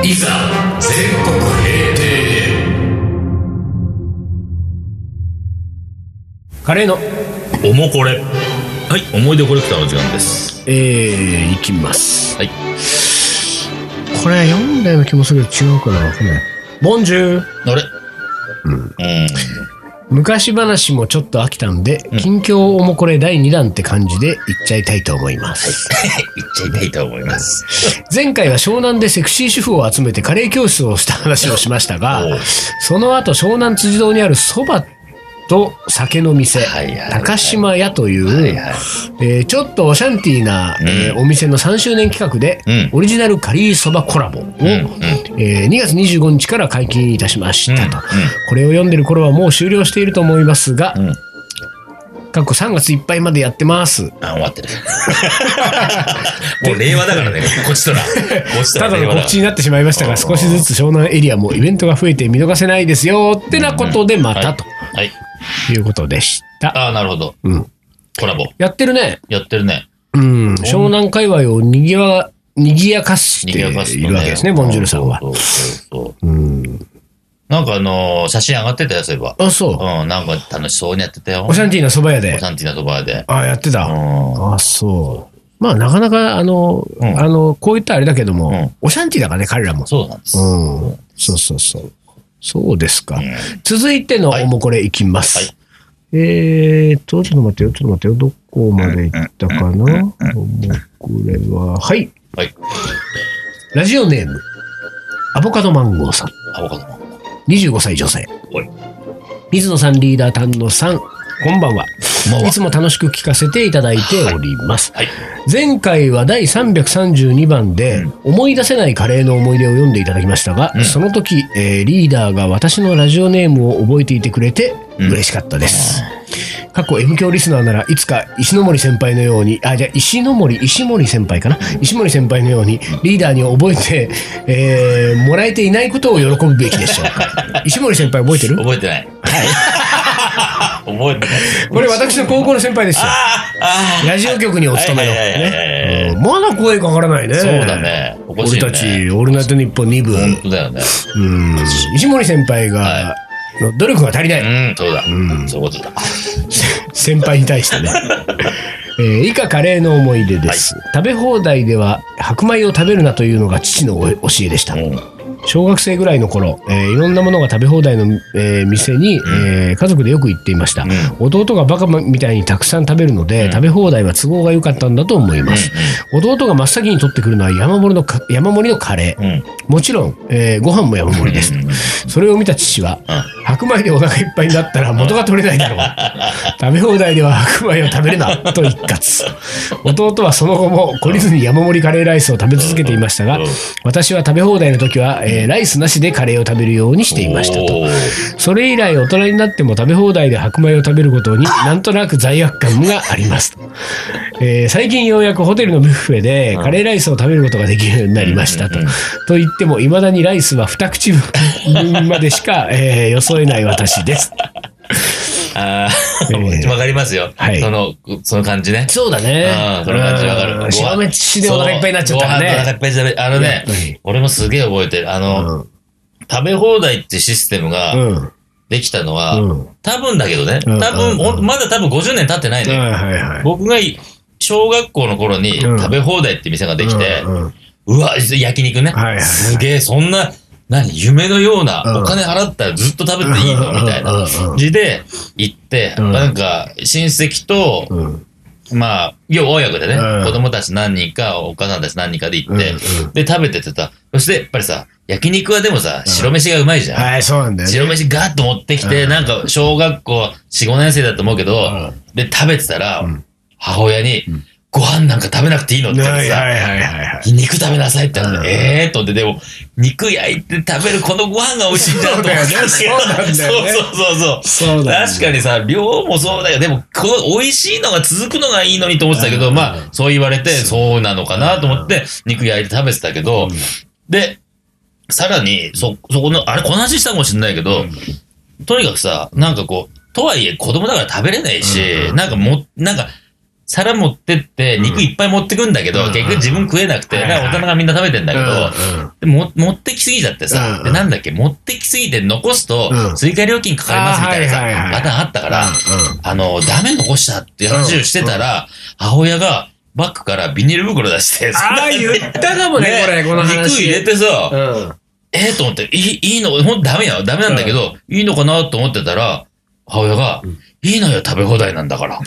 [SPEAKER 2] 軍いざ全国平定
[SPEAKER 1] カレーの、
[SPEAKER 2] おもこれはい思い出コレクターの時間です
[SPEAKER 1] えー、いきます。
[SPEAKER 2] はい
[SPEAKER 1] これ読んだような気もするけど違うかな。ねボンジュー
[SPEAKER 2] あれうん。
[SPEAKER 1] 昔話もちょっと飽きたんで、
[SPEAKER 2] ん
[SPEAKER 1] 近況おもこれ第2弾って感じでいっちゃいたいと思います。
[SPEAKER 2] 言っちゃいたいと思います。
[SPEAKER 1] 前回は湘南でセクシー主婦を集めてカレー教室をした話をしましたが
[SPEAKER 2] おう、
[SPEAKER 1] その後湘南辻堂にある蕎麦と酒の店、
[SPEAKER 2] はいはい
[SPEAKER 1] 高島屋という、
[SPEAKER 2] はいはい。
[SPEAKER 1] えーちょっとオシャンティーな、えーお店の3周年企画で、
[SPEAKER 2] うん
[SPEAKER 1] オリジナルカリーそばコラボを、
[SPEAKER 2] うん。
[SPEAKER 1] えー2月25日から解禁いたしましたと、
[SPEAKER 2] うんうん
[SPEAKER 1] これを読んでる頃はもう終了していると思いますが、
[SPEAKER 2] うん。うん。
[SPEAKER 1] 過去3月いっぱいまでやってます
[SPEAKER 2] あ、終わ ってる。もう令和だからね、こっちとら。こっちと
[SPEAKER 1] た
[SPEAKER 2] ら
[SPEAKER 1] だ
[SPEAKER 2] 令
[SPEAKER 1] の
[SPEAKER 2] 和だ
[SPEAKER 1] 告知になってしまいました
[SPEAKER 2] あ
[SPEAKER 1] が
[SPEAKER 2] ー
[SPEAKER 1] 少しずつ湘南エリアもイベントが増えて見逃せないですよってなことでまたと
[SPEAKER 2] はい。
[SPEAKER 1] いうことでした、
[SPEAKER 2] ああ、なるほど。
[SPEAKER 1] うん、
[SPEAKER 2] コラボ。
[SPEAKER 1] やってるね、
[SPEAKER 2] やってるね。
[SPEAKER 1] うん、湘南界隈をにぎわにぎやかしているわけですねボンジュールさんは
[SPEAKER 2] そうそうそう
[SPEAKER 1] うん
[SPEAKER 2] なんかあのー写真上がってたよ、そういえば。
[SPEAKER 1] あそう
[SPEAKER 2] うん、なんか楽しそうにやってたよ。
[SPEAKER 1] オシャンティーな蕎麦屋で
[SPEAKER 2] お。シャンティーなところで。
[SPEAKER 1] あやってた。
[SPEAKER 2] うん。
[SPEAKER 1] あそう。まあ、なかなか、あの、
[SPEAKER 2] ん
[SPEAKER 1] あの、こういったあれだけども、
[SPEAKER 2] うん
[SPEAKER 1] オシャンティーだからね、彼らも。
[SPEAKER 2] そうなんです。
[SPEAKER 1] う
[SPEAKER 2] うん
[SPEAKER 1] ん。そうそうそう。そうですか。
[SPEAKER 2] は
[SPEAKER 1] 続いての、
[SPEAKER 2] はい
[SPEAKER 1] もうこれいきます。
[SPEAKER 2] はい
[SPEAKER 1] えーと、ちょっと待ってよ、ちょっと待ってよ。どこまで行ったかな、もうこれは、はい。
[SPEAKER 2] い。
[SPEAKER 1] ラジオネーム、アボカドマンゴーさん。
[SPEAKER 2] アボカドも。
[SPEAKER 1] 25歳女性。
[SPEAKER 2] おい。
[SPEAKER 1] 水野さんリーダー丹野さん、こんばんは。
[SPEAKER 2] もう
[SPEAKER 1] いつも楽しく聞かせていただいております。
[SPEAKER 2] はい。
[SPEAKER 1] 前回は第332番で、思い出せないカレーの思い出を読んでいただきましたが、
[SPEAKER 2] うん
[SPEAKER 1] その時、えーリーダーが私のラジオネームを覚えていてくれて、
[SPEAKER 2] うん
[SPEAKER 1] 嬉しかったです。過去 M 教リスナーならいつか石ノ森先輩のように、あ、じゃあ石ノ森、石森先輩かな石森先輩のようにリーダーに覚えて、えーもらえていないことを喜ぶべきでしょうか。石森先輩覚えてる
[SPEAKER 2] 覚えてない。はい。 覚えてない。
[SPEAKER 1] これ私の高校の先輩ですよ。
[SPEAKER 2] ああ
[SPEAKER 1] ラジオ局にお勤めの。
[SPEAKER 2] はいはいはいはいはい
[SPEAKER 1] ねうんまだ声かからないね。
[SPEAKER 2] そうだ。ね。おか
[SPEAKER 1] 俺
[SPEAKER 2] しい
[SPEAKER 1] た
[SPEAKER 2] ね
[SPEAKER 1] ち、オールナイトニッポン2部。
[SPEAKER 2] 本当だよね。
[SPEAKER 1] うん石森先輩
[SPEAKER 2] は
[SPEAKER 1] が、の努力が足りない。
[SPEAKER 2] うん、そうだ。
[SPEAKER 1] ん
[SPEAKER 2] そういうことだ。
[SPEAKER 1] 先輩に対して ね。えー以下カレーの思い出です、食べ放題では白米を食べるなというのが父のお教えでした、
[SPEAKER 2] うん。
[SPEAKER 1] 小学生ぐらいの頃、えーいろんなものが食べ放題の、えー店に、えー家族でよく行っていました、弟がバカみたいにたくさん食べるので、食べ放題は都合が良かったんだと思います、弟が真っ先に取ってくるのは山盛りのか山盛りのカレー、
[SPEAKER 2] うん。
[SPEAKER 1] もちろん、えーご飯も山盛りです、それを見た父は、白米でお腹いっぱいになったら元が取れないだろう食べ放題では白米を食べるなと一括弟はその後も懲りずに山盛りカレーライスを食べ続けていましたが
[SPEAKER 2] うん
[SPEAKER 1] 私は食べ放題の時は、えーライスなしでカレーを食べるようにしていましたと
[SPEAKER 2] おー
[SPEAKER 1] それ以来大人になっても食べ放題で白米を食べることになんとなく罪悪感があります と、えー最近ようやくホテルのビュッフェでカレーライスを食べることができるようになりましたと、と言ってもいまだにライスは二口分までしか、えー、よそえない私 です
[SPEAKER 2] あ
[SPEAKER 1] ええ
[SPEAKER 2] あ、わかりますよ。
[SPEAKER 1] はい
[SPEAKER 2] その、その感じね。
[SPEAKER 1] そうだね
[SPEAKER 2] うん、その感じわかる。ご飯
[SPEAKER 1] 白飯でお腹いっぱいになっちゃったら
[SPEAKER 2] そうご飯とお腹い
[SPEAKER 1] ね
[SPEAKER 2] っぱいじゃべあの
[SPEAKER 1] やっ
[SPEAKER 2] ね
[SPEAKER 1] ぱり、
[SPEAKER 2] 俺もすげえ覚えてる。あの、食べ放題ってシステム
[SPEAKER 1] う
[SPEAKER 2] が
[SPEAKER 1] んうん
[SPEAKER 2] できたのは
[SPEAKER 1] うん、
[SPEAKER 2] 多分だけどね、
[SPEAKER 1] うん
[SPEAKER 2] 多分、
[SPEAKER 1] うん
[SPEAKER 2] おまだ多分50年経ってないね。
[SPEAKER 1] はいはいはい
[SPEAKER 2] 僕が小学校の頃に
[SPEAKER 1] うん
[SPEAKER 2] 食べ放題って店ができて、
[SPEAKER 1] うんうん
[SPEAKER 2] うわ、焼肉ね
[SPEAKER 1] はいはいは。い
[SPEAKER 2] すげえ、そんな、何、夢のような
[SPEAKER 1] う、ん
[SPEAKER 2] お金払ったらずっと食べていいのみたい
[SPEAKER 1] うんうん
[SPEAKER 2] な
[SPEAKER 1] うんうん
[SPEAKER 2] 感じで、行って、
[SPEAKER 1] うん
[SPEAKER 2] なんか、親戚と、
[SPEAKER 1] うん
[SPEAKER 2] まあ、要は親子でね、
[SPEAKER 1] うん
[SPEAKER 2] 子供たち何人か、お母さんたち何人かで行って、
[SPEAKER 1] うん
[SPEAKER 2] で、食べててさ、そしてやっぱりさ、焼肉はでもさ、白飯がうまいじゃん。
[SPEAKER 1] はいそうなんだよね
[SPEAKER 2] 白飯ガーッと持ってきて、なんか小学校4、5年生だと思うけど、
[SPEAKER 1] ん
[SPEAKER 2] で、食べてたら、母親に、ご飯なんか食べなくていいのって言っ
[SPEAKER 1] は
[SPEAKER 2] て
[SPEAKER 1] い
[SPEAKER 2] さ、
[SPEAKER 1] はいはいはいはい
[SPEAKER 2] 肉食べなさいって言った
[SPEAKER 1] うん
[SPEAKER 2] ら、ええーと思って、でも、肉焼いて食べるこのご飯が美味しいんだと思っ
[SPEAKER 1] そう
[SPEAKER 2] て。
[SPEAKER 1] だよねそうなんだよね
[SPEAKER 2] そうそうそうそう。
[SPEAKER 1] そうだよね
[SPEAKER 2] 確かにさ、量もそうだよ。でも、この美味しいのが続くのがいいのにと思ってたけ
[SPEAKER 1] う
[SPEAKER 2] ど、
[SPEAKER 1] ん
[SPEAKER 2] まあ、そう言われて、そうなのかなと思って、肉焼いて食べてたけど、で、さらに、そ、そこの、あれ、この話したかもしれないけど、とにかくさ、なんかこう、とはいえ子供だから食べれないし、
[SPEAKER 1] うんうん
[SPEAKER 2] なんかも、なんか、皿持ってって、肉いっぱい持ってくんだけど、
[SPEAKER 1] うん
[SPEAKER 2] 結局自分食えなくて、
[SPEAKER 1] はいはい
[SPEAKER 2] なんか大人がみんな食べてんだけど、
[SPEAKER 1] うんうん
[SPEAKER 2] でも持ってきすぎちゃってさ、
[SPEAKER 1] うん
[SPEAKER 2] でなんだっけ、持ってきすぎて残すと
[SPEAKER 1] う、ん
[SPEAKER 2] 追加料金かかりますみたいなさ、
[SPEAKER 1] あーはいはいはい
[SPEAKER 2] パターンあったから、
[SPEAKER 1] う
[SPEAKER 2] あの、ダメ残したって話をしてたら、母親が、バッグからビニール袋出して、
[SPEAKER 1] ああ、 言ったかもね、これ、この話。
[SPEAKER 2] 肉入れてさ、
[SPEAKER 1] うん。
[SPEAKER 2] ええと思って、いい、いいの、ほんとダメよ、ダメなんだけど、いいのかなと思ってたら、母親が、いいのよ、食べ放題なんだから。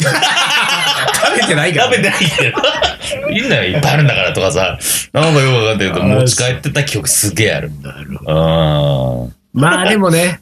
[SPEAKER 3] 食べてないから
[SPEAKER 2] 食べてないけ ど。いいんだよ、いっぱいあるんだからとかさ。なんかよくわかんないけど、
[SPEAKER 1] あー
[SPEAKER 2] 持ち帰ってた記憶すげえある。
[SPEAKER 1] なるほど
[SPEAKER 2] あ
[SPEAKER 1] まあでもね、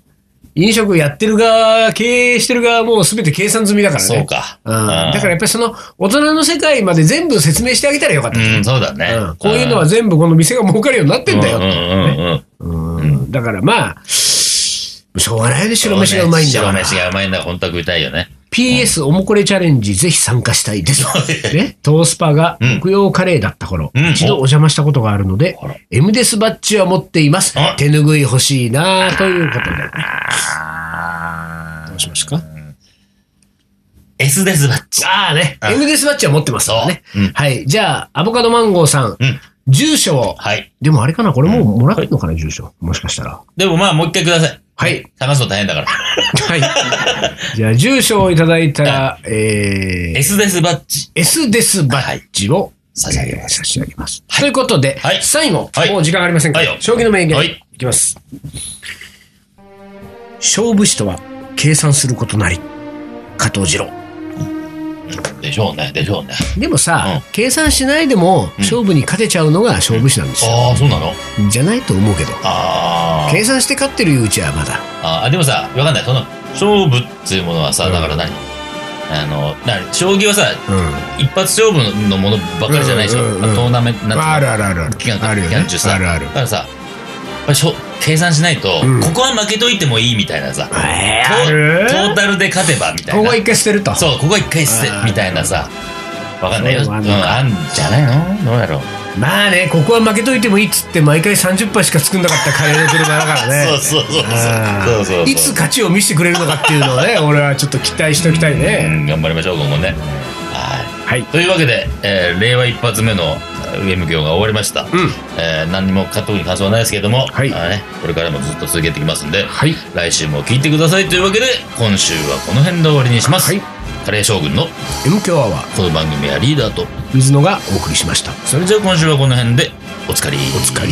[SPEAKER 1] 飲食やってる側、経営してる側はもう全て計算済みだ
[SPEAKER 2] あ、
[SPEAKER 1] からね。
[SPEAKER 2] そうか。
[SPEAKER 1] うん。だからやっぱりその、大人の世界まで全部説明してあげたらよかった。
[SPEAKER 2] うん、そうだね
[SPEAKER 1] うん。こういうのは全部この店が儲かるようになってんだ
[SPEAKER 2] う
[SPEAKER 1] よ。
[SPEAKER 2] んうんうん。
[SPEAKER 1] うん。だからまあ、しょうがないよね、白飯がうまいんだか
[SPEAKER 2] 白
[SPEAKER 1] ら。
[SPEAKER 2] 飯がうまいんだから、本当は食いたいよね。
[SPEAKER 1] PS おもこれチャレンジぜひ参加したいです。 ね、トースパが
[SPEAKER 2] うん
[SPEAKER 1] 木曜カレーだった頃、
[SPEAKER 2] うん
[SPEAKER 1] 一度お邪魔したことがあるので
[SPEAKER 2] あら、
[SPEAKER 1] M デスバッジは持っています
[SPEAKER 2] あ。
[SPEAKER 1] 手拭い欲しいなあということで。どうしましたか
[SPEAKER 2] S です、バッチ。
[SPEAKER 1] ああね、
[SPEAKER 2] あ
[SPEAKER 1] M デスバッジは持ってますからね。
[SPEAKER 2] そううん
[SPEAKER 1] はい。じゃあ、アボカドマンゴーさん、
[SPEAKER 2] うん
[SPEAKER 1] 住所を。
[SPEAKER 2] はい。
[SPEAKER 1] でもあれかな、これもうもらえるのかな、住所。もしかしたら。
[SPEAKER 2] でもまあ、もう一回ください。
[SPEAKER 1] はい。
[SPEAKER 2] 探すの大変だから。
[SPEAKER 1] はい。 じゃあ、住所をいただいたら、えー、
[SPEAKER 2] S です、バッチ。
[SPEAKER 1] S デスバッジを
[SPEAKER 2] 差し上げます。
[SPEAKER 1] 差し上げます。ということで、
[SPEAKER 2] はい
[SPEAKER 1] 最後、
[SPEAKER 2] はい
[SPEAKER 1] もう時間がありませんから、
[SPEAKER 2] はいよ
[SPEAKER 1] 将棋の名言、
[SPEAKER 2] はい
[SPEAKER 1] い、きます。勝負師とは計算することなり、加藤二郎。
[SPEAKER 2] でしょうね、でしょうね。
[SPEAKER 1] でもさ、
[SPEAKER 2] う
[SPEAKER 1] 計算しないでも
[SPEAKER 2] ん
[SPEAKER 1] 勝負に勝てちゃうのが勝負師なんですよ。
[SPEAKER 2] ああ、そうなの
[SPEAKER 1] じゃないと思うけど。
[SPEAKER 2] あー
[SPEAKER 1] 計算して勝ってるうちはまだ。
[SPEAKER 2] あー。でもさ、わかんない。その、勝負っていうものはさ、だから何あの、な将棋はさ、
[SPEAKER 1] うん。
[SPEAKER 2] 一発勝負のものばっかりじゃないでしょ。
[SPEAKER 1] うんうんうん
[SPEAKER 2] トーナメント、なんていうの
[SPEAKER 1] あるあるあるある。
[SPEAKER 2] 期間
[SPEAKER 1] あるよ
[SPEAKER 2] 期
[SPEAKER 1] ね
[SPEAKER 2] 間中。さ
[SPEAKER 1] あるある
[SPEAKER 2] だ。からさ、やっぱりしょ計算しないと、
[SPEAKER 1] うん
[SPEAKER 2] ここは負けといてもいいみたいなさ、
[SPEAKER 1] え
[SPEAKER 2] ト
[SPEAKER 1] ーある
[SPEAKER 2] トータルで勝てばみたい
[SPEAKER 1] ここ
[SPEAKER 2] な
[SPEAKER 1] は。一回捨てると。
[SPEAKER 2] そう、ここは一回捨て
[SPEAKER 1] あー、
[SPEAKER 2] みたいなさ。わかんないよ。う
[SPEAKER 1] そ
[SPEAKER 2] ん、
[SPEAKER 1] う
[SPEAKER 2] あ
[SPEAKER 1] あ
[SPEAKER 2] ん
[SPEAKER 1] ん
[SPEAKER 2] じ
[SPEAKER 1] のか
[SPEAKER 2] ゃないのどうだろう。
[SPEAKER 1] まあね、ここは負けといてもいいっつって毎回30杯しか作んなかったカレーの車だからね。
[SPEAKER 2] そうそうそう
[SPEAKER 1] あ
[SPEAKER 2] そう。そうそうそう。
[SPEAKER 1] いつ勝ちを見せてくれるのかっていうのを ね、俺はちょっと期待しておきたいね。
[SPEAKER 2] うん頑張りましょう、今後ね。はい。
[SPEAKER 1] はい。
[SPEAKER 2] というわけで、えー令和一発目の上向業が終わりました。
[SPEAKER 1] うん。
[SPEAKER 2] えー何にも特に感想はないですけども、
[SPEAKER 1] はい
[SPEAKER 2] あのね、これからもずっと続けていきますんで、
[SPEAKER 1] はい。
[SPEAKER 2] 来週も聞いてくださいというわけで、今週はこの辺で終わりにします。
[SPEAKER 1] はい
[SPEAKER 2] カレー将軍の
[SPEAKER 1] M 強アワー、
[SPEAKER 2] この番組はリーダーと、
[SPEAKER 1] 水野がお送りしました。
[SPEAKER 2] それじゃあ今週はこの辺で、おつかり。お
[SPEAKER 1] お疲れ。